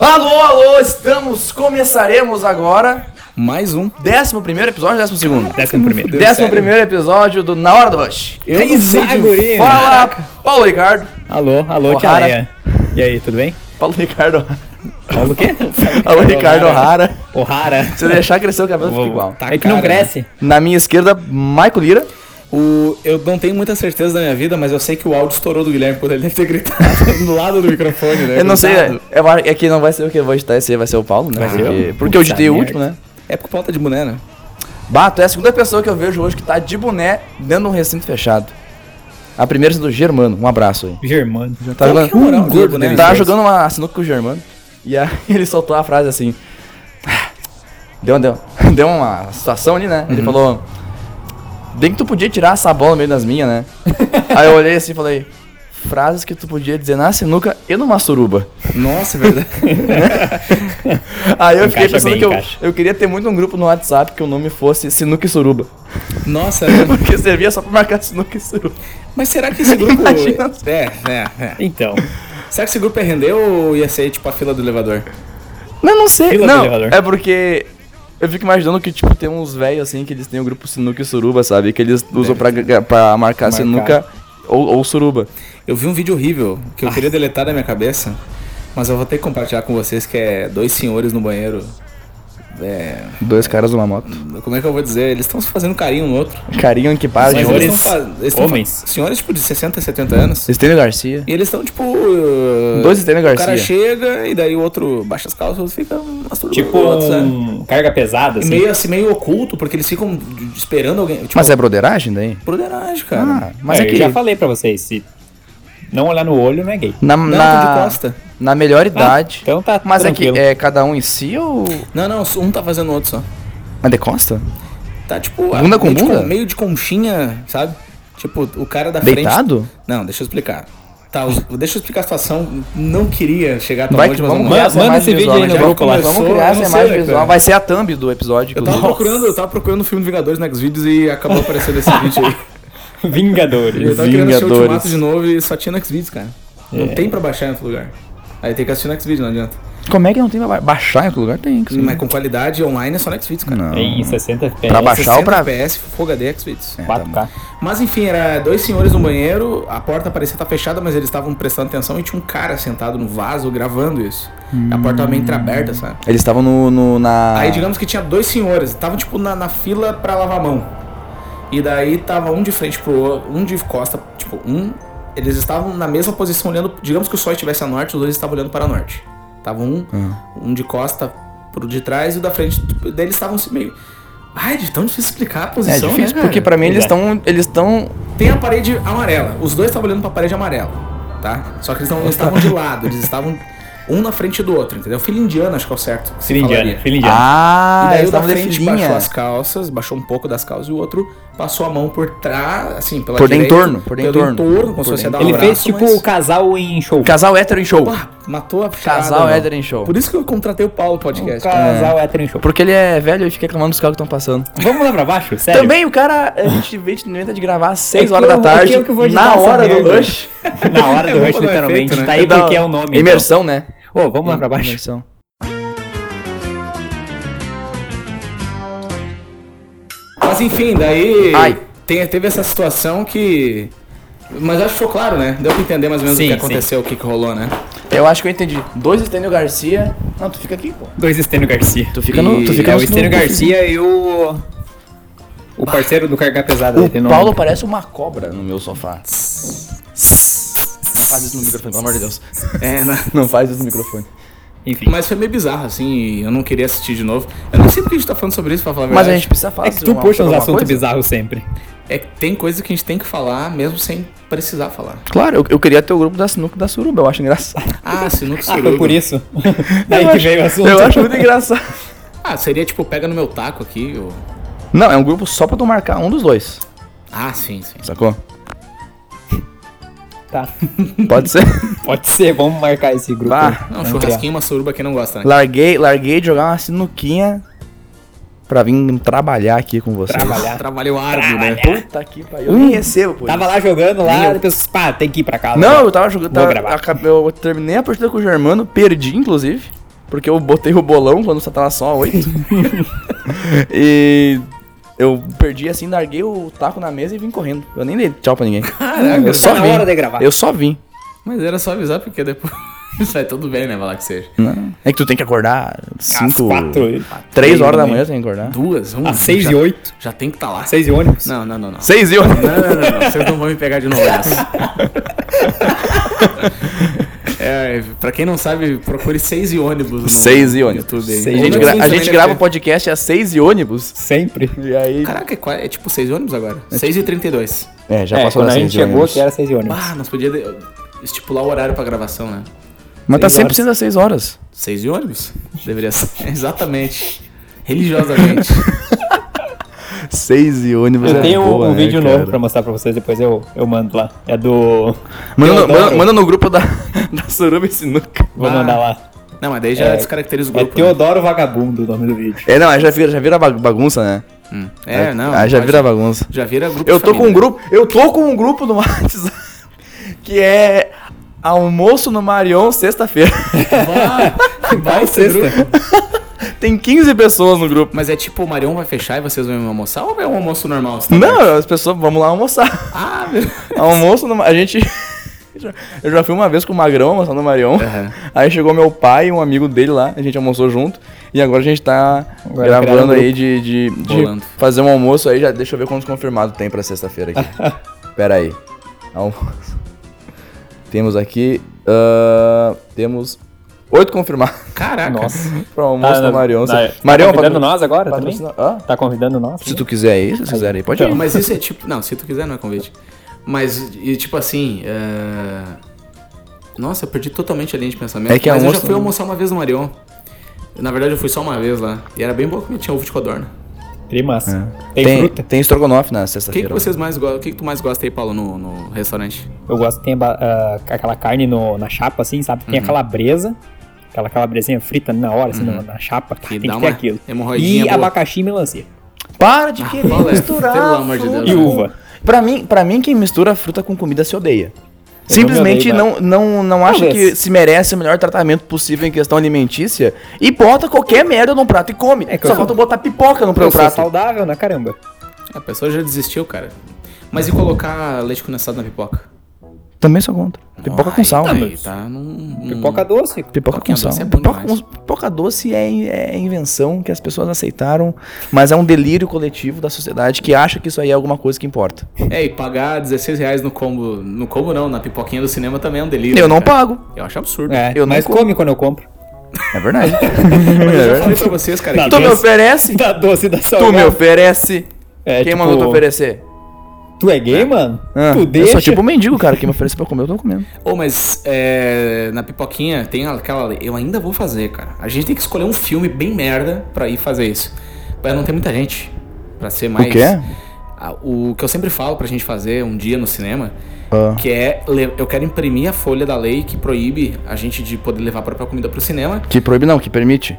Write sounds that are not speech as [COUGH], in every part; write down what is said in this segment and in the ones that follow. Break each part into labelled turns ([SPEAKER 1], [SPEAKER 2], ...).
[SPEAKER 1] Alô, alô, estamos, começaremos agora.
[SPEAKER 2] Mais um.
[SPEAKER 1] Décimo primeiro episódio, décimo segundo.
[SPEAKER 2] Décimo primeiro.
[SPEAKER 1] Décimo
[SPEAKER 2] Sério.
[SPEAKER 1] primeiro episódio do Na Hora do Rush.
[SPEAKER 2] Eu
[SPEAKER 1] É
[SPEAKER 2] não
[SPEAKER 1] isso,
[SPEAKER 2] sei
[SPEAKER 1] gente.
[SPEAKER 2] de gurinha.
[SPEAKER 1] Fala, Paulo Ricardo.
[SPEAKER 2] Alô, alô, que
[SPEAKER 1] O'Hara.
[SPEAKER 2] areia. E aí, tudo bem?
[SPEAKER 1] Paulo [LAUGHS] Ricardo.
[SPEAKER 2] [LAUGHS] Alô, o quê?
[SPEAKER 1] Alô, Ricardo
[SPEAKER 2] O'Hara.
[SPEAKER 1] O'Hara.
[SPEAKER 2] O'Hara.
[SPEAKER 1] Se eu deixar crescer o cabelo, fica
[SPEAKER 2] Vou
[SPEAKER 1] igual.
[SPEAKER 2] tacar,
[SPEAKER 3] É que não
[SPEAKER 2] né?
[SPEAKER 3] cresce.
[SPEAKER 1] Na minha esquerda, Michael Lira.
[SPEAKER 2] O, eu não tenho muita certeza da minha vida, mas eu sei que o áudio estourou do Guilherme quando ele deve ter gritado [LAUGHS] do lado do microfone, né?
[SPEAKER 1] Eu não sei,
[SPEAKER 2] Gritado.
[SPEAKER 1] é, é que não vai ser o que eu vou editar, esse vai ser o Paulo, né?
[SPEAKER 2] Vai ser
[SPEAKER 1] porque,
[SPEAKER 2] eu?
[SPEAKER 1] porque eu
[SPEAKER 2] Puta
[SPEAKER 1] editei o
[SPEAKER 2] merda.
[SPEAKER 1] último, né?
[SPEAKER 2] É por falta de boné, né?
[SPEAKER 1] Bato, é a segunda pessoa que eu vejo hoje que tá de boné dentro de um recinto fechado. A primeira é do Germano, um abraço aí.
[SPEAKER 3] Germano.
[SPEAKER 1] Tá
[SPEAKER 2] Qual
[SPEAKER 1] jogando,
[SPEAKER 2] que é o
[SPEAKER 3] um
[SPEAKER 2] moral do
[SPEAKER 1] gordo,
[SPEAKER 3] né?
[SPEAKER 1] né?
[SPEAKER 2] gordo deles
[SPEAKER 1] tava
[SPEAKER 2] dois?
[SPEAKER 1] Tá jogando uma sinuca com o Germano. E aí [LAUGHS] ele soltou a frase assim. Deu, deu, [LAUGHS] deu uma situação ali, né? Ele falou. Bem que tu podia tirar essa bola no meio das minhas, [LAUGHS] né? aí eu olhei assim e falei. Frases que tu podia dizer na sinuca e numa suruba.
[SPEAKER 2] Nossa, é verdade.
[SPEAKER 1] [LAUGHS] Aí eu fiquei
[SPEAKER 3] Encaixa
[SPEAKER 1] pensando
[SPEAKER 3] bem,
[SPEAKER 1] que eu,
[SPEAKER 3] encaixa.
[SPEAKER 1] eu queria ter muito um grupo no WhatsApp que o nome fosse Sinuca e Suruba. [LAUGHS]
[SPEAKER 2] Nossa, né?
[SPEAKER 1] Porque servia só pra marcar Sinuca e Suruba.
[SPEAKER 2] mas será que esse grupo.
[SPEAKER 1] Imagina.
[SPEAKER 2] É, é, é.
[SPEAKER 1] [LAUGHS]
[SPEAKER 3] Então,
[SPEAKER 2] Será que esse grupo ia render ou ia ser tipo a fila do elevador?
[SPEAKER 1] Não, não sei.
[SPEAKER 3] Fila do
[SPEAKER 1] não,
[SPEAKER 3] elevador.
[SPEAKER 1] é porque eu fico imaginando que, tipo, tem uns velhos assim que eles têm o grupo Sinuca e Suruba, sabe? Que eles usam pra, pra marcar, Sinuca ou, ou Suruba.
[SPEAKER 2] Eu vi um vídeo horrível
[SPEAKER 3] Ah.
[SPEAKER 2] que eu queria deletar da minha cabeça, mas eu vou ter que compartilhar com vocês que é dois senhores no banheiro. É,
[SPEAKER 1] Dois caras numa moto.
[SPEAKER 2] como é que eu vou dizer? Eles estão se fazendo carinho um no outro.
[SPEAKER 1] Carinho em que para de
[SPEAKER 2] Mas
[SPEAKER 1] olho.
[SPEAKER 3] Senhores.
[SPEAKER 2] eles estão fa- eles estão fa-
[SPEAKER 3] Homens.
[SPEAKER 2] Senhores tipo de 60, 70 anos.
[SPEAKER 1] Estênio Garcia.
[SPEAKER 2] E eles estão tipo. uh,
[SPEAKER 1] Dois Estênio
[SPEAKER 2] O cara
[SPEAKER 1] Garcia.
[SPEAKER 2] chega e daí o outro baixa as calças e fica masturbando.
[SPEAKER 3] tipo
[SPEAKER 2] o outro, sabe?
[SPEAKER 3] um carga
[SPEAKER 2] E
[SPEAKER 3] pesada, assim.
[SPEAKER 2] meio assim, meio oculto, porque eles ficam esperando alguém. Tipo,
[SPEAKER 1] Mas é broderagem daí?
[SPEAKER 2] broderagem, cara.
[SPEAKER 1] mas
[SPEAKER 3] É,
[SPEAKER 1] é
[SPEAKER 3] eu
[SPEAKER 1] que.
[SPEAKER 3] já falei pra vocês, se não olhar no olho, não é gay.
[SPEAKER 1] Na,
[SPEAKER 2] Não,
[SPEAKER 1] na-
[SPEAKER 2] tô um de costa.
[SPEAKER 1] na melhor idade.
[SPEAKER 3] então tá
[SPEAKER 1] Mas é
[SPEAKER 3] tranquilo.
[SPEAKER 1] que é cada um em si ou.
[SPEAKER 2] Não, não, um tá fazendo o outro só.
[SPEAKER 1] Mas de costa?
[SPEAKER 2] Tá tipo. a-
[SPEAKER 1] Bunda com
[SPEAKER 2] meio de
[SPEAKER 1] bunda?
[SPEAKER 2] con- meio de conchinha, sabe? Tipo, o cara da frente.
[SPEAKER 1] Deitado?
[SPEAKER 2] Não, deixa eu explicar. Tá, os- deixa eu explicar a situação. Não queria chegar tão
[SPEAKER 1] Vai
[SPEAKER 2] longe,
[SPEAKER 1] que
[SPEAKER 2] mas
[SPEAKER 1] vamos
[SPEAKER 2] vamos
[SPEAKER 1] criar
[SPEAKER 2] lá.
[SPEAKER 1] essa
[SPEAKER 3] Manda
[SPEAKER 1] imagem
[SPEAKER 3] esse vídeo
[SPEAKER 1] visual,
[SPEAKER 3] aí
[SPEAKER 1] né?
[SPEAKER 3] no
[SPEAKER 1] Vamos
[SPEAKER 3] grupo lá.
[SPEAKER 1] criar- Vamos criar essa
[SPEAKER 2] Eu não sei,
[SPEAKER 1] imagem
[SPEAKER 2] cara.
[SPEAKER 1] visual. Vai ser a thumb do episódio,
[SPEAKER 2] Eu tava
[SPEAKER 1] inclusive.
[SPEAKER 2] procurando, eu tava procurando o filme Vingadores Next Videos e acabou aparecendo esse
[SPEAKER 1] [LAUGHS]
[SPEAKER 2] vídeo aí. Eu
[SPEAKER 3] [LAUGHS]
[SPEAKER 2] tava querendo assistir
[SPEAKER 3] Vingadores.
[SPEAKER 1] Vingadores. É.
[SPEAKER 2] Ultimato de novo e só tinha Next Videos, cara. Não tem pra baixar em outro lugar. Aí tem que assistir Next Videos, não adianta.
[SPEAKER 1] Como é que não tem pra ba- baixar em outro lugar? Tem. Que
[SPEAKER 2] Mas com qualidade online é só Next Videos, cara.
[SPEAKER 1] Não.
[SPEAKER 3] Em 60 FPS.
[SPEAKER 1] Pra baixar. Tchau
[SPEAKER 2] 60
[SPEAKER 1] pra-
[SPEAKER 2] PS, Full HD, Next Videos.
[SPEAKER 3] 4K.
[SPEAKER 1] então.
[SPEAKER 2] Mas enfim, era dois senhores no banheiro, a porta parecia estar fechada, mas eles estavam prestando atenção e tinha um cara sentado no vaso gravando isso. A porta
[SPEAKER 1] Hum.
[SPEAKER 2] tava meio entreaberta, sabe?
[SPEAKER 1] Eles estavam no, no- na.
[SPEAKER 2] Aí digamos que tinha dois senhores, estavam tipo na, na fila pra lavar a mão. E daí tava um de frente pro outro, um de costa, tipo, um. Eles estavam na mesma posição olhando. Digamos que o sol estivesse a norte, os dois estavam olhando para norte. Tava um,
[SPEAKER 1] Ah.
[SPEAKER 2] um de costa pro de trás e o da frente. tipo, Daí eles estavam se meio. Ai, de tão difícil explicar a
[SPEAKER 1] é
[SPEAKER 2] posição.
[SPEAKER 1] difícil
[SPEAKER 2] né,
[SPEAKER 1] porque pra
[SPEAKER 2] cara?
[SPEAKER 1] mim eles
[SPEAKER 3] Pois é.
[SPEAKER 1] estão eles estão
[SPEAKER 2] Tem a parede amarela. Os dois estavam olhando pra parede amarela, tá? Só que eles não não estavam de lado, eles estavam um na frente do outro, entendeu? Filho indiano, acho que é o certo. que se
[SPEAKER 3] Filho indiano,
[SPEAKER 2] falaria.
[SPEAKER 3] filho indiano.
[SPEAKER 1] ah
[SPEAKER 2] E daí
[SPEAKER 1] eles
[SPEAKER 2] o da
[SPEAKER 1] estavam de
[SPEAKER 2] frente
[SPEAKER 1] filinha
[SPEAKER 2] baixou as calças, baixou um pouco das calças e o outro passou a mão por trás, assim, pela
[SPEAKER 1] Por
[SPEAKER 2] direita,
[SPEAKER 1] entorno, por
[SPEAKER 2] pelo
[SPEAKER 1] entorno.
[SPEAKER 2] entorno, como se
[SPEAKER 1] Por
[SPEAKER 2] fosse dar um
[SPEAKER 3] Ele
[SPEAKER 2] abraço,
[SPEAKER 3] fez tipo
[SPEAKER 2] mas-
[SPEAKER 3] o casal em show.
[SPEAKER 1] casal hétero em show
[SPEAKER 2] Pá, matou a charada,
[SPEAKER 1] casal É.
[SPEAKER 2] não.
[SPEAKER 1] hétero em show
[SPEAKER 2] Por isso que eu contratei o Paulo podcast.
[SPEAKER 3] casal hétero em show.
[SPEAKER 1] porque ele é velho e fica reclamando dos carros que estão passando
[SPEAKER 3] Vamos lá pra baixo? Sério?
[SPEAKER 1] também o cara a gente vê a inventa de gravar às 6
[SPEAKER 3] É que
[SPEAKER 1] horas da
[SPEAKER 3] eu- é que
[SPEAKER 1] tarde
[SPEAKER 3] eu que vou editar
[SPEAKER 1] na
[SPEAKER 3] essa
[SPEAKER 1] hora do
[SPEAKER 3] merda.
[SPEAKER 1] rush
[SPEAKER 3] [LAUGHS]
[SPEAKER 1] [LAUGHS]
[SPEAKER 3] Na hora
[SPEAKER 1] É
[SPEAKER 3] do
[SPEAKER 2] Eu
[SPEAKER 3] rush,
[SPEAKER 2] vou dar
[SPEAKER 3] literalmente.
[SPEAKER 2] efeito, né?
[SPEAKER 3] Tá aí
[SPEAKER 1] Dá-
[SPEAKER 3] porque é o nome.
[SPEAKER 1] imersão né
[SPEAKER 3] então. Ô, vamos lá pra baixo.
[SPEAKER 1] imersão
[SPEAKER 2] Mas enfim, daí
[SPEAKER 1] Ai.
[SPEAKER 2] tem- teve essa situação que... Mas acho que ficou claro, né? Deu pra entender mais ou menos o
[SPEAKER 3] Sim,
[SPEAKER 2] que
[SPEAKER 3] sim.
[SPEAKER 2] aconteceu, o que, que rolou,
[SPEAKER 3] [LAUGHS]
[SPEAKER 2] né?
[SPEAKER 1] eu acho que eu entendi dois Estênio Garcia não tu fica aqui pô
[SPEAKER 3] Dois Estênio Garcia.
[SPEAKER 1] tu fica no tu
[SPEAKER 2] E
[SPEAKER 1] fica
[SPEAKER 3] é
[SPEAKER 1] no,
[SPEAKER 3] o Estênio
[SPEAKER 1] no-
[SPEAKER 3] Garcia e o. O parceiro do Carga Pesada. ele tem
[SPEAKER 1] o
[SPEAKER 3] nome.
[SPEAKER 1] Paulo parece uma cobra no meu sofá faz isso no microfone pelo amor de Deus
[SPEAKER 2] É, né?
[SPEAKER 1] não faz isso no microfone
[SPEAKER 3] Enfim.
[SPEAKER 2] Mas foi meio bizarro, assim, e eu não queria assistir de novo. Eu não sei porque a gente tá falando sobre isso, pra falar a
[SPEAKER 1] Mas
[SPEAKER 2] verdade.
[SPEAKER 1] a gente precisa falar
[SPEAKER 3] É que tu
[SPEAKER 1] uma-
[SPEAKER 3] puxa uns
[SPEAKER 1] alguma
[SPEAKER 3] assuntos
[SPEAKER 1] coisa?
[SPEAKER 3] bizarros sempre.
[SPEAKER 2] É que tem coisa que a gente tem que falar, mesmo sem precisar
[SPEAKER 3] [LAUGHS]
[SPEAKER 2] falar.
[SPEAKER 1] Claro, eu, eu queria ter o grupo da sinuca e da suruba, eu acho [LAUGHS] engraçado.
[SPEAKER 2] Ah, sinuca
[SPEAKER 3] Ah,
[SPEAKER 2] suruba.
[SPEAKER 3] foi por isso? [LAUGHS]
[SPEAKER 1] É
[SPEAKER 3] Daí que veio o assunto.
[SPEAKER 1] Eu acho muito engraçado.
[SPEAKER 2] Ah, seria tipo, pega no meu taco aqui, ou...
[SPEAKER 1] Não, é um grupo só pra tu marcar um dos dois,
[SPEAKER 2] Ah, sim, sim.
[SPEAKER 1] sacou?
[SPEAKER 3] Tá.
[SPEAKER 1] Pode [LAUGHS] ser.
[SPEAKER 3] Pode ser, vamos marcar esse grupo.
[SPEAKER 1] Bah,
[SPEAKER 2] Não,
[SPEAKER 3] Vamos
[SPEAKER 2] churrasquinho, uma suruba quem não gosta, né?
[SPEAKER 1] larguei, larguei de jogar uma sinuquinha pra vir trabalhar aqui com vocês. Um.
[SPEAKER 3] criar. Trabalhar.
[SPEAKER 2] [LAUGHS] Trabalho árduo, né?
[SPEAKER 1] Puta que pariu. Eu nem recebo, pô.
[SPEAKER 3] Tava lá jogando lá,
[SPEAKER 1] Nem eu.
[SPEAKER 3] depois, pá, tem que ir pra casa.
[SPEAKER 1] Não, eu tava jogando.
[SPEAKER 3] Vou
[SPEAKER 1] Tava,
[SPEAKER 3] gravar.
[SPEAKER 1] acabei- eu terminei a partida com o Germano, perdi, inclusive. Porque eu botei o bolão quando você tava só a
[SPEAKER 3] [LAUGHS]
[SPEAKER 1] 8. e eu perdi assim, larguei o taco na mesa e vim correndo. Eu nem dei tchau pra ninguém.
[SPEAKER 2] Caraca,
[SPEAKER 1] Eu só
[SPEAKER 3] Tá na
[SPEAKER 1] vim.
[SPEAKER 3] hora de gravar.
[SPEAKER 1] Eu só vim.
[SPEAKER 2] mas era só avisar porque depois [LAUGHS] vai tudo bem, né? Vai lá que seja.
[SPEAKER 1] É que tu tem que acordar
[SPEAKER 3] Às
[SPEAKER 1] 5,
[SPEAKER 3] quatro,
[SPEAKER 1] 3 horas da manhã, tu tem que acordar.
[SPEAKER 2] Duas, um.
[SPEAKER 3] às Ah, seis
[SPEAKER 2] já,
[SPEAKER 3] e oito,
[SPEAKER 2] Já tem que estar tá lá.
[SPEAKER 3] seis e um. ônibus.
[SPEAKER 2] Não, não, não, não.
[SPEAKER 1] 6 e
[SPEAKER 2] Não,
[SPEAKER 1] [LAUGHS]
[SPEAKER 2] não, não, não. Vocês não vão me pegar de novo nessa. É, pra quem não sabe, procure seis e ônibus no
[SPEAKER 1] 6 e ônibus.
[SPEAKER 2] YouTube aí.
[SPEAKER 1] A
[SPEAKER 3] Seis
[SPEAKER 1] gente,
[SPEAKER 3] e
[SPEAKER 1] gra-
[SPEAKER 3] ônibus
[SPEAKER 1] a gente grava podcast às 6 e ônibus.
[SPEAKER 3] Sempre.
[SPEAKER 1] E aí.
[SPEAKER 2] Caraca, é qua- é tipo seis e ônibus agora. Seis e trinta e dois.
[SPEAKER 1] É, já
[SPEAKER 3] é,
[SPEAKER 1] passou
[SPEAKER 3] quando
[SPEAKER 1] das
[SPEAKER 3] a
[SPEAKER 1] 6
[SPEAKER 3] gente
[SPEAKER 1] de
[SPEAKER 3] chegou,
[SPEAKER 1] ônibus.
[SPEAKER 3] que era seis e ônibus.
[SPEAKER 2] Ah, nós podíamos estipular o horário pra gravação, né?
[SPEAKER 1] Mas tá
[SPEAKER 3] seis
[SPEAKER 1] sempre
[SPEAKER 3] horas.
[SPEAKER 1] sendo às 6 horas.
[SPEAKER 2] Seis e ônibus? Deveria ser. Exatamente. Religiosamente.
[SPEAKER 1] 6 e ônibus.
[SPEAKER 3] Eu
[SPEAKER 1] é
[SPEAKER 3] tenho
[SPEAKER 1] boa,
[SPEAKER 3] um
[SPEAKER 1] né,
[SPEAKER 3] vídeo
[SPEAKER 1] cara?
[SPEAKER 3] novo pra mostrar pra vocês, depois eu, eu mando lá. É do.
[SPEAKER 1] Manda no,
[SPEAKER 3] Teodoro.
[SPEAKER 1] manda, manda no grupo da, [LAUGHS] da Suruba e Sinuca.
[SPEAKER 3] Vou
[SPEAKER 2] Ah.
[SPEAKER 3] mandar lá.
[SPEAKER 2] Não, mas daí já
[SPEAKER 3] É,
[SPEAKER 2] descaracteriza o
[SPEAKER 3] É
[SPEAKER 2] grupo. né?
[SPEAKER 3] Teodoro Vagabundo o nome
[SPEAKER 1] [LAUGHS]
[SPEAKER 3] do vídeo.
[SPEAKER 1] É, não, aí já vira, já vira ba- bagunça, né?
[SPEAKER 2] Hum. É, não.
[SPEAKER 1] Aí ah, já
[SPEAKER 2] pode-
[SPEAKER 1] vira bagunça.
[SPEAKER 2] Já vira grupo.
[SPEAKER 1] Eu tô com um
[SPEAKER 2] família.
[SPEAKER 1] grupo. Eu tô com um grupo no [LAUGHS] WhatsApp que é almoço no Marion sexta-feira. [LAUGHS]
[SPEAKER 2] Vai, vai esse grupo.
[SPEAKER 3] [LAUGHS]
[SPEAKER 1] Tem 15 pessoas no grupo.
[SPEAKER 2] Mas é tipo, o Marion vai fechar e vocês vão almoçar ou é um almoço normal? Você tá aberto?
[SPEAKER 1] Não, as pessoas, vamos lá [LAUGHS] almoçar.
[SPEAKER 2] Ah, meu.
[SPEAKER 1] Almoço no. A gente. [LAUGHS] Eu já fui uma vez com o Magrão almoçar no Marion.
[SPEAKER 2] Aham.
[SPEAKER 1] Aí chegou meu pai e um amigo dele lá, a gente almoçou junto. E agora a gente tá
[SPEAKER 3] Agora criaram um
[SPEAKER 1] gravando aí
[SPEAKER 3] grupo.
[SPEAKER 1] de, de, de
[SPEAKER 2] Bolando.
[SPEAKER 1] fazer um almoço aí. Já, deixa eu ver quantos confirmados tem pra sexta-feira aqui.
[SPEAKER 3] [LAUGHS]
[SPEAKER 1] Pera aí. Almoço. Temos aqui. ahn, temos oito confirmados [LAUGHS]
[SPEAKER 2] Caraca.
[SPEAKER 1] pra almoço
[SPEAKER 3] Ah,
[SPEAKER 1] no
[SPEAKER 3] não,
[SPEAKER 1] Marion.
[SPEAKER 3] não, é. Tá
[SPEAKER 1] Marion,
[SPEAKER 3] convidando
[SPEAKER 1] patro-
[SPEAKER 3] nós agora também? Então,
[SPEAKER 1] patrocina- Hã?
[SPEAKER 3] Tá convidando nós?
[SPEAKER 1] Se tu quiser aí, se vocês quiserem aí, pode ir.
[SPEAKER 2] Mas isso é tipo. Não, se tu quiser, não é convite. Mas, e, tipo assim. é, Nossa, eu perdi totalmente a linha de pensamento.
[SPEAKER 1] É que é
[SPEAKER 2] mas eu já
[SPEAKER 1] almoço-
[SPEAKER 2] fui almoçar uma vez no Marion. Na verdade, eu fui só uma vez lá. E era bem bom porque tinha ovo de codorna.
[SPEAKER 1] Tá
[SPEAKER 3] Trimassa. Tem,
[SPEAKER 1] É. Tem,
[SPEAKER 3] fruta?
[SPEAKER 1] tem estrogonofe na
[SPEAKER 2] O que, que
[SPEAKER 1] sexta-feira.
[SPEAKER 2] vocês mais gostam? O que, que tu mais gosta aí, Paulo, no, no restaurante?
[SPEAKER 3] Eu gosto que tem ba- ah, aquela carne no- na chapa, assim, sabe?
[SPEAKER 1] Uhum.
[SPEAKER 3] Tem a calabresa. Aquela calabresinha frita na hora, assim, na, na chapa.
[SPEAKER 1] Ah,
[SPEAKER 3] tem que
[SPEAKER 2] dá
[SPEAKER 3] ter
[SPEAKER 2] uma
[SPEAKER 3] aquilo. E
[SPEAKER 2] hemorroidinha boa.
[SPEAKER 3] abacaxi e melancia.
[SPEAKER 1] Para de querer
[SPEAKER 2] Paulo, é,
[SPEAKER 1] misturar.
[SPEAKER 2] pelo amor de
[SPEAKER 1] fruta
[SPEAKER 2] Deus.
[SPEAKER 3] E
[SPEAKER 1] com-
[SPEAKER 3] uva.
[SPEAKER 1] Pra mim, pra mim, quem mistura fruta com comida se odeia.
[SPEAKER 3] Eu não me
[SPEAKER 1] Simplesmente não,
[SPEAKER 3] odeio,
[SPEAKER 1] não, não acha
[SPEAKER 3] Talvez.
[SPEAKER 1] que se merece o melhor tratamento possível em questão alimentícia e bota qualquer merda num prato e come.
[SPEAKER 3] É que
[SPEAKER 1] Só
[SPEAKER 3] eu-
[SPEAKER 1] falta botar pipoca no
[SPEAKER 3] Eu
[SPEAKER 1] meu
[SPEAKER 3] sou
[SPEAKER 1] prato.
[SPEAKER 3] saudável, né? Caramba.
[SPEAKER 2] A pessoa já desistiu, cara. Mas e colocar leite condensado na pipoca?
[SPEAKER 1] Também sou contra. Pipoca com sal. né?
[SPEAKER 2] Aí,
[SPEAKER 1] Pipoca,
[SPEAKER 2] tá num-
[SPEAKER 3] Pipoca doce.
[SPEAKER 1] com
[SPEAKER 2] Pipoquinha
[SPEAKER 1] sal.
[SPEAKER 2] doce é bom
[SPEAKER 1] pipoca,
[SPEAKER 2] demais.
[SPEAKER 1] com- pipoca doce é, é invenção que as pessoas aceitaram, mas é um delírio coletivo da sociedade que acha que isso aí é alguma coisa que importa.
[SPEAKER 2] É, e pagar 16 reais no combo. No combo não, na pipoquinha do cinema também é um delírio.
[SPEAKER 1] Eu
[SPEAKER 2] né,
[SPEAKER 1] não
[SPEAKER 2] cara?
[SPEAKER 1] pago.
[SPEAKER 2] Eu acho absurdo.
[SPEAKER 3] É,
[SPEAKER 1] Eu não
[SPEAKER 3] mas
[SPEAKER 1] como.
[SPEAKER 3] come quando eu compro. [LAUGHS]
[SPEAKER 1] É verdade.
[SPEAKER 2] Mas
[SPEAKER 1] É.
[SPEAKER 2] eu já falei pra vocês, cara.
[SPEAKER 3] Não,
[SPEAKER 2] que
[SPEAKER 1] tu me
[SPEAKER 3] Deus.
[SPEAKER 1] oferece?
[SPEAKER 3] Da doce da
[SPEAKER 1] Tu
[SPEAKER 3] saudável.
[SPEAKER 1] me oferece?
[SPEAKER 3] Tá É,
[SPEAKER 1] Quem
[SPEAKER 3] tipo,
[SPEAKER 1] mandou te oferecer?
[SPEAKER 3] Tu é gay, mano?
[SPEAKER 1] Ah,
[SPEAKER 3] tu
[SPEAKER 1] Eu
[SPEAKER 3] deixa.
[SPEAKER 1] sou tipo um mendigo, cara. Quem me oferece pra comer, eu tô comendo.
[SPEAKER 2] Ô, mas é, na pipoquinha tem aquela. Eu ainda vou fazer, cara. A gente tem que escolher um filme bem merda pra ir fazer isso. Pra não ter muita gente. Pra ser mais.
[SPEAKER 1] O quê?
[SPEAKER 2] Ah, O que eu sempre falo pra gente fazer um dia no cinema,
[SPEAKER 1] Ah.
[SPEAKER 2] que é. le- Eu quero imprimir a folha da lei que proíbe a gente de poder levar a própria comida pro cinema.
[SPEAKER 1] Que proíbe não, que permite.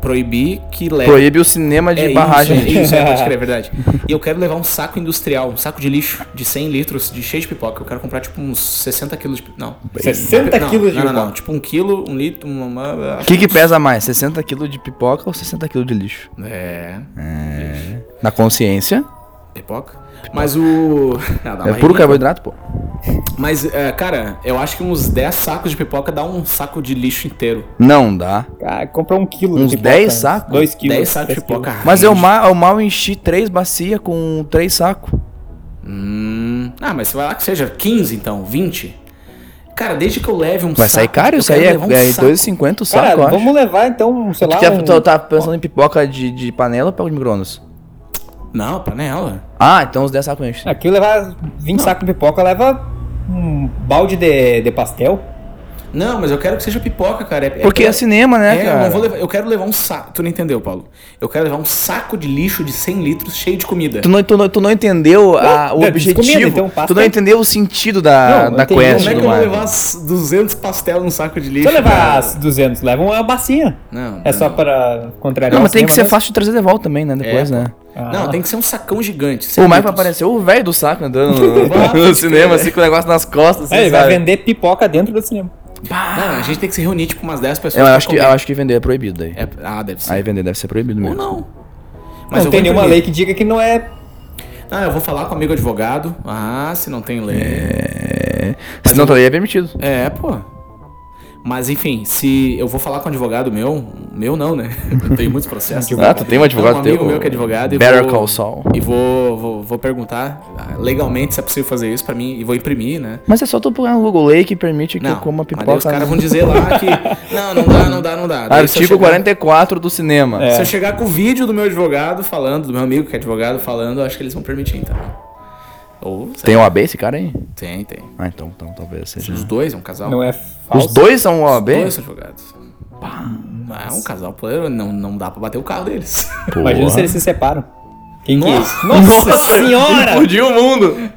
[SPEAKER 2] Proibir que leve.
[SPEAKER 1] Proíbe o cinema de
[SPEAKER 2] isso,
[SPEAKER 1] barrar gente.
[SPEAKER 2] é Isso, é,
[SPEAKER 1] [LAUGHS]
[SPEAKER 2] pode crer, é verdade. E eu quero levar um saco industrial, um saco de lixo de 100 litros, de cheio de pipoca. Eu quero comprar, tipo, uns 60 quilos de pipoca. Não.
[SPEAKER 3] 60
[SPEAKER 2] não,
[SPEAKER 3] quilos de
[SPEAKER 2] não, não, não.
[SPEAKER 3] pipoca.
[SPEAKER 2] Tipo, um quilo, um litro, uma- uma... uma-
[SPEAKER 1] O que, que pesa mais, 60 kg de pipoca ou 60 kg de lixo?
[SPEAKER 2] É...
[SPEAKER 1] Na consciência,
[SPEAKER 2] Pipoca. Mas o... [LAUGHS] Ah, dá uma
[SPEAKER 1] é puro
[SPEAKER 2] rica.
[SPEAKER 1] carboidrato, pô.
[SPEAKER 2] Mas, é, cara, eu acho que uns 10 sacos de pipoca dá um saco de lixo inteiro.
[SPEAKER 1] Não dá.
[SPEAKER 3] Ah, comprar um quilo
[SPEAKER 1] Uns
[SPEAKER 3] de
[SPEAKER 1] 10 sacos?
[SPEAKER 3] 2 quilos.
[SPEAKER 2] 10 sacos de
[SPEAKER 3] três quilos.
[SPEAKER 2] pipoca.
[SPEAKER 1] Mas é
[SPEAKER 2] rende.
[SPEAKER 1] eu mal, eu mal enchi três bacias com três sacos.
[SPEAKER 2] Hum... Ah, mas você vai lá que seja 15, então, 20. Cara, desde que eu leve um
[SPEAKER 1] Vai
[SPEAKER 2] saco...
[SPEAKER 1] sair caro
[SPEAKER 2] eu
[SPEAKER 1] isso aí? É,
[SPEAKER 2] quero levar um
[SPEAKER 1] é
[SPEAKER 2] saco.
[SPEAKER 1] 2,50 o saco,
[SPEAKER 3] Cara,
[SPEAKER 1] eu acho.
[SPEAKER 3] vamos levar então, sei
[SPEAKER 1] Tu
[SPEAKER 3] lá.
[SPEAKER 1] quer-
[SPEAKER 3] um-
[SPEAKER 1] tu tá pensando em pipoca de, de panela ou pipoca de micro-ondas?
[SPEAKER 2] Não, panela.
[SPEAKER 1] Ah, então os 10 sacos enchem.
[SPEAKER 3] Aqui levar 20 sacos de pipoca leva um balde de, de pastel.
[SPEAKER 2] Não, mas eu quero que seja pipoca, cara. É- é
[SPEAKER 1] Porque é
[SPEAKER 2] pela-
[SPEAKER 1] cinema, né,
[SPEAKER 2] É, eu,
[SPEAKER 1] cara?
[SPEAKER 2] não vou levar- eu quero levar um saco. Tu não entendeu, Paulo? Eu quero levar um saco de lixo de 100 litros cheio de comida.
[SPEAKER 1] Tu não, tu não, tu não entendeu a- o
[SPEAKER 3] é,
[SPEAKER 1] objetivo.
[SPEAKER 3] comida, então, pasta.
[SPEAKER 1] tu não entendeu o sentido da,
[SPEAKER 3] Não, eu
[SPEAKER 1] da
[SPEAKER 3] entendi.
[SPEAKER 1] quest
[SPEAKER 2] Como é
[SPEAKER 1] do
[SPEAKER 2] que eu vou
[SPEAKER 1] Mario.
[SPEAKER 2] levar as 200 pastel num saco de
[SPEAKER 3] Se
[SPEAKER 2] lixo?
[SPEAKER 3] eu levar
[SPEAKER 2] cara?
[SPEAKER 3] as 200, leva uma bacinha.
[SPEAKER 2] Não,
[SPEAKER 3] É só
[SPEAKER 2] não.
[SPEAKER 3] para contrariar
[SPEAKER 1] Não,
[SPEAKER 3] o
[SPEAKER 1] mas tem que ser
[SPEAKER 3] cinema
[SPEAKER 1] fácil de trazer de volta também, né? Depois,
[SPEAKER 2] É,
[SPEAKER 1] né?
[SPEAKER 3] mesmo. Ah,
[SPEAKER 2] Não, tem que ser um sacão gigante.
[SPEAKER 1] o
[SPEAKER 2] 100
[SPEAKER 1] Michael
[SPEAKER 2] litros.
[SPEAKER 1] apareceu o velho do saco andando [LAUGHS] no,
[SPEAKER 2] [LAUGHS] Bota,
[SPEAKER 1] no cinema, assim, com o negócio nas costas, assim,
[SPEAKER 3] É, ele vai
[SPEAKER 1] sabe?
[SPEAKER 3] vender pipoca dentro do cinema.
[SPEAKER 2] Não, a gente tem que se reunir, tipo, umas 10 pessoas.
[SPEAKER 1] Eu
[SPEAKER 2] pra
[SPEAKER 1] acho, que, eu
[SPEAKER 2] comer.
[SPEAKER 1] acho que vender é proibido daí.
[SPEAKER 2] É- ah, deve ser.
[SPEAKER 1] Aí vender deve ser proibido
[SPEAKER 2] Ou
[SPEAKER 1] mesmo.
[SPEAKER 2] não.
[SPEAKER 3] não tem nenhuma lei que diga que não é.
[SPEAKER 2] Ah, eu vou falar com o amigo advogado. Ah, se não tem
[SPEAKER 1] É.
[SPEAKER 2] lei.
[SPEAKER 1] Se não, daí é permitido.
[SPEAKER 2] É, pô. Mas enfim, se eu vou falar com um advogado meu, meu não, né? [LAUGHS] Eu tenho muitos processos.
[SPEAKER 1] Ah, tu tem um advogado
[SPEAKER 2] um
[SPEAKER 1] teu,
[SPEAKER 2] amigo
[SPEAKER 1] o
[SPEAKER 2] meu que é advogado. e
[SPEAKER 1] Better
[SPEAKER 2] vou-
[SPEAKER 1] Call Saul.
[SPEAKER 2] E vou, vou, vou perguntar ah, legalmente se é possível fazer isso pra mim e vou imprimir, né?
[SPEAKER 1] Mas é só tu pôr no Google Lay que permite que
[SPEAKER 2] Não,
[SPEAKER 1] eu coma
[SPEAKER 2] mas daí
[SPEAKER 1] pipoca. né?
[SPEAKER 2] os caras é vão dizer
[SPEAKER 1] [LAUGHS]
[SPEAKER 2] lá que. Não, não dá, não dá, não dá. Daí se eu
[SPEAKER 1] Artigo É.
[SPEAKER 2] chegar-
[SPEAKER 1] 44 do cinema.
[SPEAKER 2] Se eu chegar com o vídeo do meu advogado falando, do meu amigo que é advogado falando, eu acho que eles vão permitir, então. Ou, sei
[SPEAKER 1] Tem OAB esse cara aí?
[SPEAKER 2] lá, tem, tem.
[SPEAKER 1] Ah, então, então talvez seja.
[SPEAKER 2] Os dois, é um casal.
[SPEAKER 3] Não é
[SPEAKER 1] Os
[SPEAKER 3] falso.
[SPEAKER 1] dois são OAB?
[SPEAKER 2] Dois são advogados. Pá, é um casal player, não, não dá pra bater o carro
[SPEAKER 1] [LAUGHS]
[SPEAKER 2] deles.
[SPEAKER 3] Imagina se eles se separam. Quem que é isso? senhora!
[SPEAKER 1] Explodiu o mundo!
[SPEAKER 2] [LAUGHS]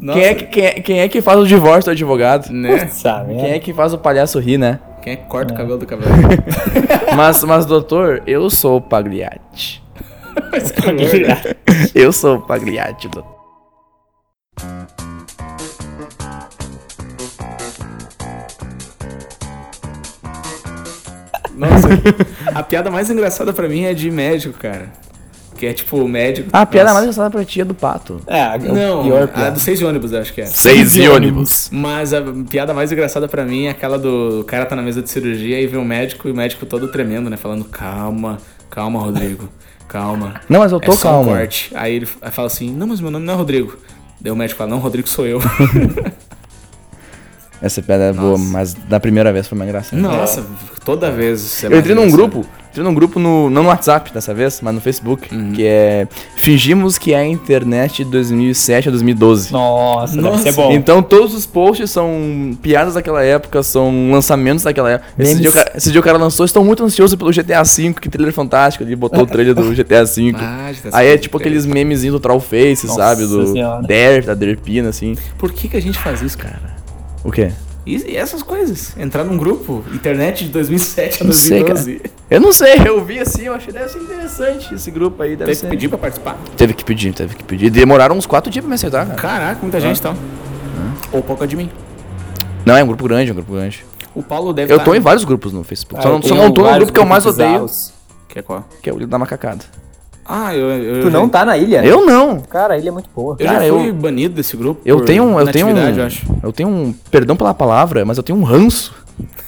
[SPEAKER 2] Nossa,
[SPEAKER 1] Quem é, que, quem, é, quem é que faz o divórcio do advogado?
[SPEAKER 2] né?
[SPEAKER 3] Sabe?
[SPEAKER 1] Quem é que faz o palhaço rir, né?
[SPEAKER 2] Quem é que corta o cabelo do
[SPEAKER 1] [LAUGHS]
[SPEAKER 2] cavaleiro?
[SPEAKER 1] Mas, mas doutor, eu sou o Pagliatti.
[SPEAKER 3] [LAUGHS] é?
[SPEAKER 1] Eu sou o Pagliatti, doutor.
[SPEAKER 2] [LAUGHS] Nossa, a piada mais engraçada pra mim é de médico, cara. Que é tipo o médico.
[SPEAKER 1] Ah, a piada mais
[SPEAKER 2] Nossa.
[SPEAKER 1] engraçada pra ti é do pato.
[SPEAKER 3] é,
[SPEAKER 2] Não,
[SPEAKER 3] o pior
[SPEAKER 2] a
[SPEAKER 3] piada.
[SPEAKER 2] do seis de ônibus, eu acho que é.
[SPEAKER 1] Seis e ônibus.
[SPEAKER 2] Mas a piada mais engraçada pra mim é aquela do o cara tá na mesa de cirurgia e vê um médico e o médico todo tremendo, né? Falando, calma, calma, Rodrigo, calma.
[SPEAKER 1] Não, mas eu tô
[SPEAKER 2] é só
[SPEAKER 1] calmo.
[SPEAKER 2] Um corte. Aí ele f- fala assim, não, mas meu nome não é Rodrigo. Daí o médico fala, não, Rodrigo sou eu. [LAUGHS]
[SPEAKER 1] Essa piada é boa, mas da primeira vez foi mais engraçada.
[SPEAKER 2] Nossa, toda vez. você
[SPEAKER 1] Eu entrei num
[SPEAKER 2] imagina
[SPEAKER 1] grupo, entrei num grupo no, não no WhatsApp dessa vez, mas no Facebook,
[SPEAKER 2] Uhum.
[SPEAKER 1] que é Fingimos que é a internet de 2007 a 2012.
[SPEAKER 3] Nossa,
[SPEAKER 2] Nossa.
[SPEAKER 3] deve ser bom.
[SPEAKER 1] Então todos os posts são piadas daquela época, são lançamentos daquela época. Esse
[SPEAKER 3] Memes.
[SPEAKER 1] dia, o cara, esse dia o cara lançou, estou muito ansioso pelo GTA V, que trailer fantástico, ele botou o trailer do GTA
[SPEAKER 3] [LAUGHS]
[SPEAKER 1] V.
[SPEAKER 2] Ah, já tá
[SPEAKER 1] Aí é
[SPEAKER 2] sendo
[SPEAKER 1] tipo
[SPEAKER 2] feio.
[SPEAKER 1] aqueles memezinhos do Trollface,
[SPEAKER 3] Nossa
[SPEAKER 1] sabe? Do
[SPEAKER 3] Senhora.
[SPEAKER 1] Derp, da Derpina, assim.
[SPEAKER 2] Por que, que a gente faz isso, cara?
[SPEAKER 1] O quê?
[SPEAKER 2] E, e essas coisas? Entrar num grupo, internet de 2007 a
[SPEAKER 1] Não sei,
[SPEAKER 2] 2012.
[SPEAKER 1] Eu não sei, eu vi assim, eu achei deve ser interessante esse grupo aí, deve
[SPEAKER 2] Teve
[SPEAKER 1] ser.
[SPEAKER 2] que pedir pra participar?
[SPEAKER 1] Teve que pedir, teve que pedir. Demoraram uns quatro dias pra me aceitar, cara.
[SPEAKER 2] Caraca, muita gente
[SPEAKER 1] Ah.
[SPEAKER 2] tá. Ou pouca de mim.
[SPEAKER 1] Não, é um grupo grande, é um grupo grande.
[SPEAKER 2] O Paulo deve
[SPEAKER 1] Eu
[SPEAKER 2] tá-
[SPEAKER 1] tô em vários grupos no Facebook. só
[SPEAKER 3] Ah,
[SPEAKER 1] não,
[SPEAKER 3] eu
[SPEAKER 1] só
[SPEAKER 3] tenho
[SPEAKER 1] não tô no
[SPEAKER 3] vários
[SPEAKER 1] grupo que eu mais
[SPEAKER 3] grupos
[SPEAKER 1] odeio,
[SPEAKER 3] bizarros.
[SPEAKER 2] Que é qual?
[SPEAKER 1] que é o da macacada.
[SPEAKER 2] Ah, eu. eu
[SPEAKER 3] Tu não tá na ilha? né?
[SPEAKER 1] Eu não!
[SPEAKER 3] Cara, a ilha é muito boa.
[SPEAKER 2] Eu
[SPEAKER 1] Cara,
[SPEAKER 2] já fui
[SPEAKER 1] eu-
[SPEAKER 2] banido desse grupo.
[SPEAKER 1] Eu
[SPEAKER 2] por
[SPEAKER 1] tenho um. Eu tenho um.
[SPEAKER 2] inatividade,
[SPEAKER 1] Eu,
[SPEAKER 2] eu acho.
[SPEAKER 1] tenho um. Perdão pela palavra, mas eu tenho um
[SPEAKER 3] [LAUGHS]
[SPEAKER 1] ranço.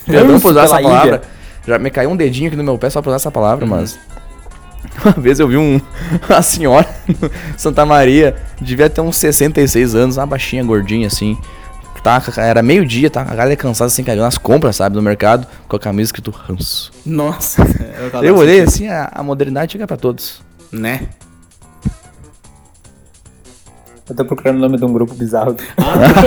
[SPEAKER 1] Perdão por usar essa
[SPEAKER 3] pela ilha. Uhum.
[SPEAKER 1] palavra. Já me caiu um dedinho aqui no meu pé só pra usar essa palavra, mas. [LAUGHS] Uma vez eu vi um. A senhora [LAUGHS] Santa Maria devia ter uns 66 anos, uma baixinha gordinha assim. Tá, com a- era meio-dia, tá? A galera cansada assim, caiu nas compras, sabe, no mercado, com a camisa escrito ranço.
[SPEAKER 2] Nossa. [LAUGHS] Eu,
[SPEAKER 3] Tá
[SPEAKER 2] tava
[SPEAKER 1] Eu olhei assim, a, a modernidade chega pra todos.
[SPEAKER 2] assim, Né?
[SPEAKER 3] Eu tô procurando o nome de um grupo bizarro.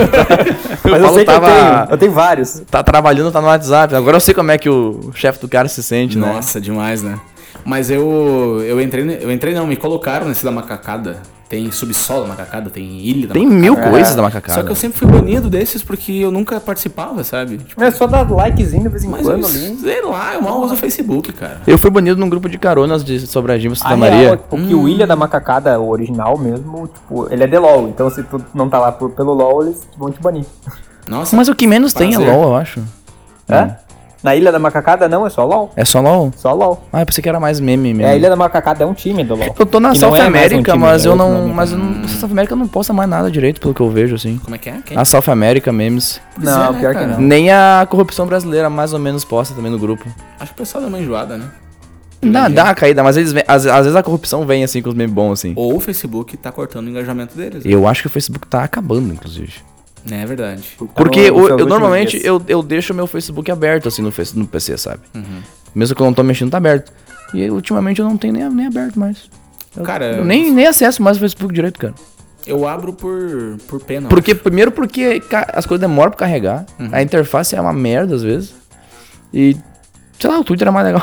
[SPEAKER 3] [LAUGHS] Mas
[SPEAKER 1] O
[SPEAKER 3] [LAUGHS] eu,
[SPEAKER 1] Paulo
[SPEAKER 3] sei que
[SPEAKER 1] tava-
[SPEAKER 3] eu tenho. Eu tenho vários.
[SPEAKER 1] Tá trabalhando, tá no WhatsApp. Agora eu sei como é que o chefe do cara se sente, né?
[SPEAKER 2] Nossa, demais, né? Mas eu. Eu entrei. ne- Eu entrei, não, me colocaram nesse da macacada. Tem subsolo da macacada, tem ilha da
[SPEAKER 1] Tem
[SPEAKER 2] macacada.
[SPEAKER 1] mil
[SPEAKER 3] É.
[SPEAKER 1] coisas da
[SPEAKER 2] Só
[SPEAKER 1] macacada.
[SPEAKER 2] que eu sempre fui banido desses porque eu nunca participava, sabe? Tipo,
[SPEAKER 3] É só dar likezinho de vez em
[SPEAKER 2] mas
[SPEAKER 3] quando
[SPEAKER 2] eu,
[SPEAKER 3] ali.
[SPEAKER 2] sei lá, eu mal uso o Facebook, cara.
[SPEAKER 1] Eu fui banido num grupo de caronas de Sobradinho pra Santa
[SPEAKER 3] A
[SPEAKER 1] Maria. Hum.
[SPEAKER 3] real, porque o Ilha da Macacada, o original mesmo, tipo, ele é de LOL. Então se tu não tá lá por- pelo LOL, eles vão te banir.
[SPEAKER 2] Nossa,
[SPEAKER 1] Mas o que menos tem é
[SPEAKER 2] Prazer.
[SPEAKER 1] LOL, eu acho.
[SPEAKER 3] Hã?
[SPEAKER 1] Hum.
[SPEAKER 3] Na Ilha da Macacada não, é só LOL.
[SPEAKER 1] É só LOL?
[SPEAKER 3] Só LOL.
[SPEAKER 1] Ah, eu pensei que era mais meme mesmo.
[SPEAKER 3] É, a Ilha da Macacada é um time do LoL.
[SPEAKER 1] Eu tô na
[SPEAKER 3] que não
[SPEAKER 1] South
[SPEAKER 3] é mais um
[SPEAKER 1] America,
[SPEAKER 3] time,
[SPEAKER 1] mas
[SPEAKER 3] é
[SPEAKER 1] eu
[SPEAKER 3] outro
[SPEAKER 1] não.
[SPEAKER 3] nome.
[SPEAKER 1] Mas eu não. South America não posta mais nada direito, pelo que eu vejo, assim.
[SPEAKER 2] como é que é? Quem?
[SPEAKER 1] A South America memes.
[SPEAKER 2] Pois
[SPEAKER 3] Não,
[SPEAKER 1] é,
[SPEAKER 2] né,
[SPEAKER 3] pior que
[SPEAKER 2] cara?
[SPEAKER 3] não.
[SPEAKER 1] Nem a corrupção brasileira, mais ou menos, posta também no grupo.
[SPEAKER 2] Acho que o pessoal deu uma enjoada, né?
[SPEAKER 1] Dá, dá uma caída, mas eles vêm- às, às vezes a corrupção vem assim com os memes bons, assim.
[SPEAKER 2] Ou o Facebook tá cortando o engajamento deles.
[SPEAKER 1] Eu acho que o Facebook tá acabando, inclusive.
[SPEAKER 2] Né, é verdade.
[SPEAKER 1] Porque
[SPEAKER 3] Tá no-
[SPEAKER 1] eu,
[SPEAKER 3] nos seus
[SPEAKER 1] eu
[SPEAKER 3] últimos
[SPEAKER 1] normalmente
[SPEAKER 3] dias.
[SPEAKER 1] eu, eu deixo meu Facebook aberto assim no, face, no PC, sabe? Mesmo que eu não tô mexendo, tá aberto. E aí, ultimamente eu não tenho nem, nem aberto mais. Eu,
[SPEAKER 2] Cara,
[SPEAKER 1] eu nem, nem acesso mais o Facebook direito, cara.
[SPEAKER 2] Eu abro por, por pena.
[SPEAKER 1] Porque, primeiro, porque ca- as coisas demoram pra carregar. A interface é uma merda às vezes. E, sei lá, o Twitter é mais legal.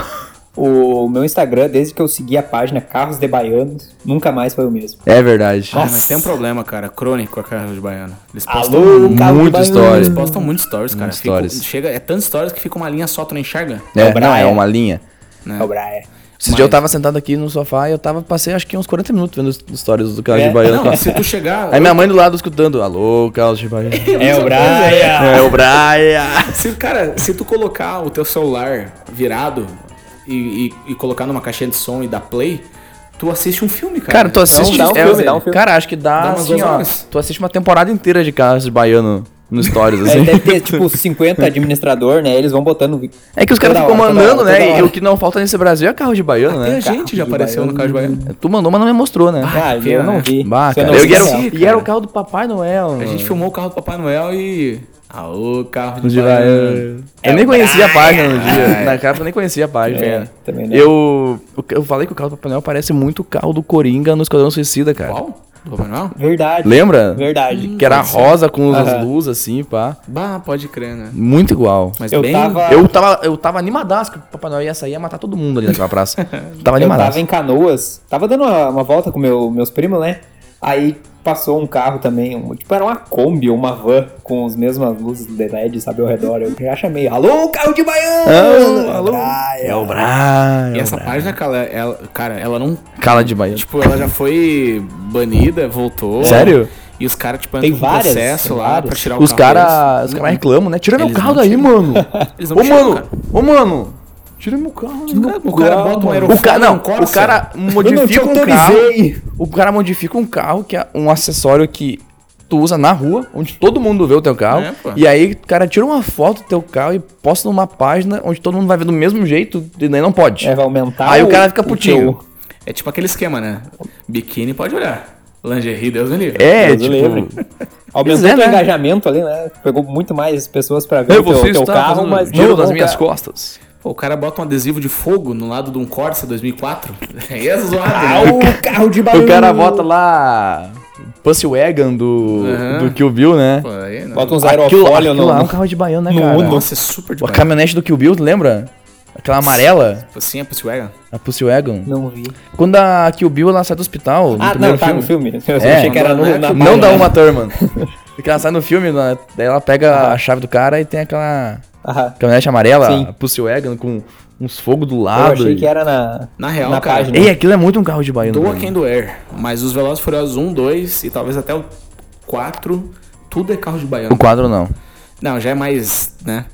[SPEAKER 3] O meu Instagram, desde que eu segui a página Carros de Baianos, nunca mais foi o mesmo.
[SPEAKER 1] É verdade.
[SPEAKER 2] Ah, mas tem um problema, cara. Crônico com a Carlos de Baiano. Eles postam,
[SPEAKER 3] Alô, Carros de
[SPEAKER 1] Muito
[SPEAKER 3] Baianos.
[SPEAKER 1] stories.
[SPEAKER 2] eles postam muitos stories, cara.
[SPEAKER 1] Muitos
[SPEAKER 2] Ficam-
[SPEAKER 1] stories.
[SPEAKER 2] chega, é tantas stories que fica uma linha só, tu não enxerga.
[SPEAKER 1] É,
[SPEAKER 3] o
[SPEAKER 1] não, é
[SPEAKER 3] Brian.
[SPEAKER 1] uma linha.
[SPEAKER 3] É o Brian.
[SPEAKER 1] Esse dia eu tava sentado aqui no sofá e eu tava, passei acho que uns 40 minutos vendo os stories do Carlos
[SPEAKER 3] É?
[SPEAKER 1] de Baiano.
[SPEAKER 2] Não, se tu chegar.
[SPEAKER 1] [LAUGHS] Aí minha mãe do lado escutando, alô, Carlos de Baiano.
[SPEAKER 3] É o Brian!
[SPEAKER 1] É o Brian!
[SPEAKER 2] Se, cara, se tu colocar o teu celular virado e, e- e colocar numa caixinha de som e dar play, tu assiste um filme, cara.
[SPEAKER 1] Cara, tu assiste.
[SPEAKER 3] dá um
[SPEAKER 1] é,
[SPEAKER 3] filme, dá um filme.
[SPEAKER 1] Cara, acho que dá,
[SPEAKER 2] Dá umas
[SPEAKER 1] assim,
[SPEAKER 2] duas
[SPEAKER 1] ó.
[SPEAKER 2] horas.
[SPEAKER 1] Tu assiste uma temporada inteira de Carlos de Baiano no Stories,
[SPEAKER 3] É,
[SPEAKER 1] assim.
[SPEAKER 3] deve ter tipo 50 administrador, né? eles vão botando...
[SPEAKER 1] É que os caras
[SPEAKER 3] Toda
[SPEAKER 1] ficam
[SPEAKER 3] hora, toda
[SPEAKER 1] mandando,
[SPEAKER 3] hora, toda
[SPEAKER 1] né? E
[SPEAKER 3] hora.
[SPEAKER 1] o que não falta nesse Brasil é carro de baiano,
[SPEAKER 2] Até a
[SPEAKER 1] né?
[SPEAKER 2] gente já
[SPEAKER 3] de
[SPEAKER 2] apareceu no Carro de Baiano.
[SPEAKER 1] Tu mandou, mas não me mostrou, né?
[SPEAKER 3] Ah, eu
[SPEAKER 2] pena,
[SPEAKER 3] não
[SPEAKER 2] né?
[SPEAKER 3] vi.
[SPEAKER 1] Bah,
[SPEAKER 3] Se eu
[SPEAKER 1] cara.
[SPEAKER 3] não
[SPEAKER 1] Eu
[SPEAKER 3] vi,
[SPEAKER 1] e, era,
[SPEAKER 3] não.
[SPEAKER 2] sei,
[SPEAKER 1] e era o
[SPEAKER 2] cara.
[SPEAKER 1] carro do Papai Noel.
[SPEAKER 2] A gente filmou o carro do Papai Noel e. Aô, carro
[SPEAKER 1] Os
[SPEAKER 2] de
[SPEAKER 1] de
[SPEAKER 2] Baiano.
[SPEAKER 1] baiano. Eu nem conhecia a página no dia. Na época eu nem conhecia a página.
[SPEAKER 3] É, também não.
[SPEAKER 1] Eu, o que- eu falei que o carro do Papai Noel parece muito o carro do Coringa no Esquadrão Suicida, cara.
[SPEAKER 2] Qual? Do Papai Noel?
[SPEAKER 3] Verdade.
[SPEAKER 1] Lembra? Hum,
[SPEAKER 3] Verdade.
[SPEAKER 1] Que era rosa com as
[SPEAKER 3] Aham.
[SPEAKER 1] luzes assim, pá.
[SPEAKER 2] Bah, pode crer, né?
[SPEAKER 1] Muito igual.
[SPEAKER 2] Mas
[SPEAKER 3] Eu
[SPEAKER 2] bem.
[SPEAKER 3] tava...
[SPEAKER 1] Eu tava, eu tava animadaço que o Papai Noel ia sair e ia matar todo mundo ali naquela [LAUGHS] praça. Tava
[SPEAKER 3] Eu
[SPEAKER 1] animadaço.
[SPEAKER 3] tava em Canoas, tava dando uma, uma volta com meu, meus primos, né? Aí passou um carro também, um- tipo, era uma Kombi ou uma van com as mesmas luzes de LED, sabe, ao redor. Eu já chamei, alô, carro de baiano!
[SPEAKER 1] Ah,
[SPEAKER 3] alô!
[SPEAKER 1] É o Brian.
[SPEAKER 2] E essa página, cara, ela, cara, ela não.
[SPEAKER 1] Cala de Baiano.
[SPEAKER 2] Tipo, ela já foi banida, voltou.
[SPEAKER 1] Sério?
[SPEAKER 2] E os caras, tipo,
[SPEAKER 3] Tem
[SPEAKER 2] entram com
[SPEAKER 3] várias,
[SPEAKER 2] processo
[SPEAKER 3] tem
[SPEAKER 2] lá
[SPEAKER 3] várias.
[SPEAKER 2] pra tirar o
[SPEAKER 1] Os
[SPEAKER 2] carro.
[SPEAKER 1] caras os
[SPEAKER 2] deles.
[SPEAKER 1] cara reclamam, né? Tira meu
[SPEAKER 2] Eles
[SPEAKER 1] carro
[SPEAKER 2] não
[SPEAKER 1] daí, [LAUGHS] mano.
[SPEAKER 2] Eles
[SPEAKER 1] Ô,
[SPEAKER 2] não tiram,
[SPEAKER 1] mano.
[SPEAKER 2] cara.
[SPEAKER 1] Ô, mano. Tira meu carro.
[SPEAKER 2] Os
[SPEAKER 1] meu
[SPEAKER 2] cara- O cara bota um aerofólio
[SPEAKER 1] O cara, não,
[SPEAKER 2] num Corsa.
[SPEAKER 1] o cara modifica um carro. O cara modifica um carro que é um acessório que tu usa na rua, onde todo mundo vê o teu carro.
[SPEAKER 2] É, pô.
[SPEAKER 1] e aí, o cara tira uma foto do teu carro e posta numa página onde todo mundo vai ver do mesmo jeito e daí não pode.
[SPEAKER 3] É, vai aumentar
[SPEAKER 1] aí o cara fica putinho.
[SPEAKER 3] teu-
[SPEAKER 2] É tipo aquele esquema, né? Biquíni pode olhar. Lingerie, Deus me livre.
[SPEAKER 1] É,
[SPEAKER 3] Deus livre. Aumentou
[SPEAKER 1] Pois é,
[SPEAKER 3] o teu
[SPEAKER 1] né?
[SPEAKER 3] engajamento ali, né? Pegou muito mais pessoas pra ver
[SPEAKER 1] Então, Eu um
[SPEAKER 3] o teu,
[SPEAKER 1] você
[SPEAKER 3] teu
[SPEAKER 1] está
[SPEAKER 3] carro,
[SPEAKER 1] fazendo
[SPEAKER 3] mas
[SPEAKER 1] giro
[SPEAKER 3] não,
[SPEAKER 1] das
[SPEAKER 3] não,
[SPEAKER 1] minhas
[SPEAKER 3] cara.
[SPEAKER 1] costas.
[SPEAKER 2] Pô, o cara bota um adesivo de fogo no lado de um Corsa [LAUGHS] 2004. É
[SPEAKER 3] Ah,
[SPEAKER 2] zoado,
[SPEAKER 1] [LAUGHS]
[SPEAKER 2] né?
[SPEAKER 3] o carro de baiano!
[SPEAKER 1] O cara bota lá Pussy Wagon do,
[SPEAKER 2] Aham.
[SPEAKER 1] do Kill Bill, né?
[SPEAKER 2] Pô, aí, né?
[SPEAKER 3] Bota uns
[SPEAKER 1] Aquilo,
[SPEAKER 3] aerofólio
[SPEAKER 1] aquilo
[SPEAKER 3] no...
[SPEAKER 1] lá é um
[SPEAKER 3] no-
[SPEAKER 1] carro de baiano, né,
[SPEAKER 3] no
[SPEAKER 1] cara?
[SPEAKER 3] Uno.
[SPEAKER 2] Nossa, é super de
[SPEAKER 1] A
[SPEAKER 2] baixo.
[SPEAKER 1] caminhonete do Kill Bill, tu lembra? Aquela amarela,
[SPEAKER 2] Assim, é Pussy Wagon.
[SPEAKER 1] a Pussy Wagon.
[SPEAKER 3] Não vi.
[SPEAKER 1] Quando a Kill Bill ela sai do hospital, no
[SPEAKER 3] Ah,
[SPEAKER 1] primeiro
[SPEAKER 3] não, tá no filme. Eu
[SPEAKER 1] É.
[SPEAKER 3] achei que era no,
[SPEAKER 2] Não,
[SPEAKER 3] na
[SPEAKER 1] Não
[SPEAKER 3] página,
[SPEAKER 1] da
[SPEAKER 3] né?
[SPEAKER 1] Uma Thurman. Porque ela sai no filme, né, daí ela pega a chave do cara e tem aquela
[SPEAKER 3] Aham.
[SPEAKER 1] caminhonete amarela,
[SPEAKER 3] Sim.
[SPEAKER 1] a Pussy Wagon, com uns fogos do
[SPEAKER 3] Eu
[SPEAKER 1] lado.
[SPEAKER 3] achei
[SPEAKER 1] e-
[SPEAKER 3] que era na,
[SPEAKER 2] Na real,
[SPEAKER 3] na
[SPEAKER 2] cara,
[SPEAKER 3] página.
[SPEAKER 1] Ah, Ei, aquilo é muito um carro de baiano.
[SPEAKER 2] Doa
[SPEAKER 1] velho.
[SPEAKER 2] quem doer. Mas os Velozes e Furiosos 1, 2 e talvez até o 4, tudo é carro de baiano.
[SPEAKER 1] O quadro não.
[SPEAKER 2] Não, já é mais, né?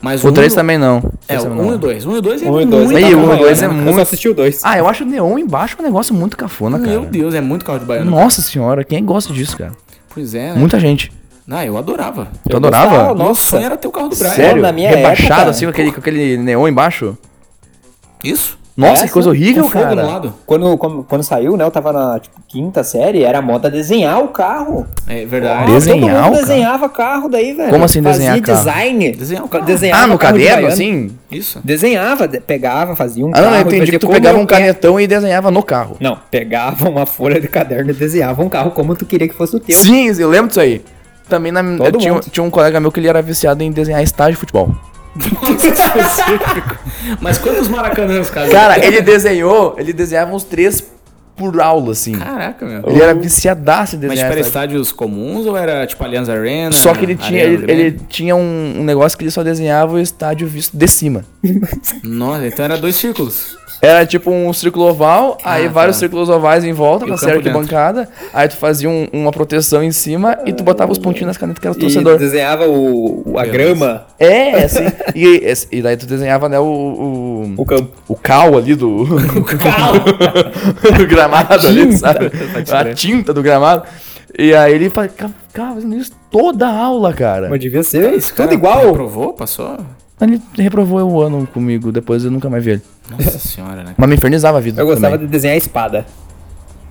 [SPEAKER 2] Mas
[SPEAKER 1] O
[SPEAKER 2] um-
[SPEAKER 1] 3 também não.
[SPEAKER 2] É,
[SPEAKER 1] Esse
[SPEAKER 2] o
[SPEAKER 1] também
[SPEAKER 2] 1 e
[SPEAKER 1] não.
[SPEAKER 2] o 2. 1 e o 2 é
[SPEAKER 3] Um e
[SPEAKER 2] muito
[SPEAKER 3] dois,
[SPEAKER 1] Ei,
[SPEAKER 3] tá
[SPEAKER 1] o
[SPEAKER 3] bom,
[SPEAKER 1] um e dois
[SPEAKER 3] né?
[SPEAKER 1] é
[SPEAKER 3] Eu
[SPEAKER 1] muito-
[SPEAKER 3] só assisti o dois.
[SPEAKER 1] Ah, eu acho o neon embaixo um negócio muito cafona, cara.
[SPEAKER 2] Meu Deus, é muito carro de baiano.
[SPEAKER 1] Nossa senhora, quem gosta disso, cara?
[SPEAKER 2] Pois é, né?
[SPEAKER 1] Muita gente.
[SPEAKER 2] Ah, eu adorava.
[SPEAKER 1] Tu adorava?
[SPEAKER 3] gostava,
[SPEAKER 2] Meu
[SPEAKER 3] Nossa.
[SPEAKER 2] sonho era ter É, o carro do Brian.
[SPEAKER 1] Sério?
[SPEAKER 3] na minha
[SPEAKER 1] Rebaixado
[SPEAKER 3] época-
[SPEAKER 1] assim com aquele, com aquele neon embaixo?
[SPEAKER 2] Isso?
[SPEAKER 1] Nossa,
[SPEAKER 3] Essa?
[SPEAKER 1] que coisa horrível,
[SPEAKER 2] Com fogo
[SPEAKER 1] cara.
[SPEAKER 2] no lado.
[SPEAKER 3] Quando, quando, quando saiu, né? Eu tava na tipo, quinta série, era moda desenhar o carro.
[SPEAKER 2] É verdade.
[SPEAKER 1] Desenhar
[SPEAKER 3] Todo
[SPEAKER 1] o
[SPEAKER 3] mundo
[SPEAKER 1] carro?
[SPEAKER 3] desenhava carro daí, velho.
[SPEAKER 1] Como assim desenhar
[SPEAKER 3] Fazia
[SPEAKER 1] carro?
[SPEAKER 3] design.
[SPEAKER 2] Desenhar o carro. Um
[SPEAKER 3] Desenhava
[SPEAKER 1] Ah, no
[SPEAKER 3] é um carro de
[SPEAKER 1] caderno,
[SPEAKER 3] baiano.
[SPEAKER 1] assim?
[SPEAKER 2] Isso.
[SPEAKER 3] Desenhava, de- pegava, fazia um
[SPEAKER 1] Ah, não,
[SPEAKER 3] carro.
[SPEAKER 1] eu
[SPEAKER 3] e
[SPEAKER 1] entendi
[SPEAKER 3] fazia
[SPEAKER 1] que tu
[SPEAKER 3] como
[SPEAKER 1] pegava
[SPEAKER 3] eu
[SPEAKER 1] um
[SPEAKER 3] quero.
[SPEAKER 1] canetão e desenhava no carro.
[SPEAKER 3] Não, pegava uma folha de caderno e desenhava um carro como tu queria que fosse o teu.
[SPEAKER 1] Sim, eu lembro disso aí. Também na,
[SPEAKER 3] Todo
[SPEAKER 1] tinha, um-
[SPEAKER 3] mundo.
[SPEAKER 1] tinha um colega meu que ele era viciado em desenhar estágio de futebol.
[SPEAKER 2] Mas quantos maracanãs, cara?
[SPEAKER 1] Cara, [LAUGHS] ele desenhou, ele desenhava uns três por aula, assim.
[SPEAKER 2] Caraca, meu.
[SPEAKER 1] Ele era viciadaço em
[SPEAKER 2] Mas
[SPEAKER 1] desenhar
[SPEAKER 2] tipo, era
[SPEAKER 1] estágio.
[SPEAKER 2] estádios comuns ou era tipo Allianz Arena?
[SPEAKER 1] Só que ele tinha,
[SPEAKER 2] Arena
[SPEAKER 1] ele,
[SPEAKER 2] Grêmio?
[SPEAKER 1] ele tinha um, um negócio que ele só desenhava o estádio visto de cima.
[SPEAKER 2] Nossa, então era dois círculos.
[SPEAKER 1] Era tipo um círculo oval, aí
[SPEAKER 2] tá.
[SPEAKER 1] vários círculos ovais em volta,
[SPEAKER 2] E
[SPEAKER 1] na
[SPEAKER 2] o campo
[SPEAKER 1] série de
[SPEAKER 2] dentro.
[SPEAKER 1] bancada. Aí tu fazia um- uma proteção em cima e tu botava os pontinhos nas canetas que era o
[SPEAKER 3] E
[SPEAKER 1] torcedor.
[SPEAKER 3] desenhava o, o- a
[SPEAKER 2] Meu
[SPEAKER 3] grama,
[SPEAKER 1] É, assim. e, e daí tu desenhava, né, o. o...
[SPEAKER 3] o campo.
[SPEAKER 1] O cal ali
[SPEAKER 2] [LAUGHS]
[SPEAKER 1] do. O [LAUGHS] cal! do gramado ali, sabe? A tinta do gramado. E aí ele fa- ficava fazendo isso toda a aula,
[SPEAKER 2] É.
[SPEAKER 1] cara.
[SPEAKER 3] Mas devia
[SPEAKER 1] É
[SPEAKER 3] ser
[SPEAKER 2] Esse
[SPEAKER 3] tudo
[SPEAKER 2] cara
[SPEAKER 3] igual.
[SPEAKER 2] Reprovou, passou?
[SPEAKER 1] Ele reprovou o ano comigo, depois eu nunca mais vi ele. [LAUGHS]
[SPEAKER 2] Nossa senhora, né?
[SPEAKER 1] Mas me infernizava a vida.
[SPEAKER 3] Eu gostava
[SPEAKER 1] também.
[SPEAKER 3] de desenhar a espada.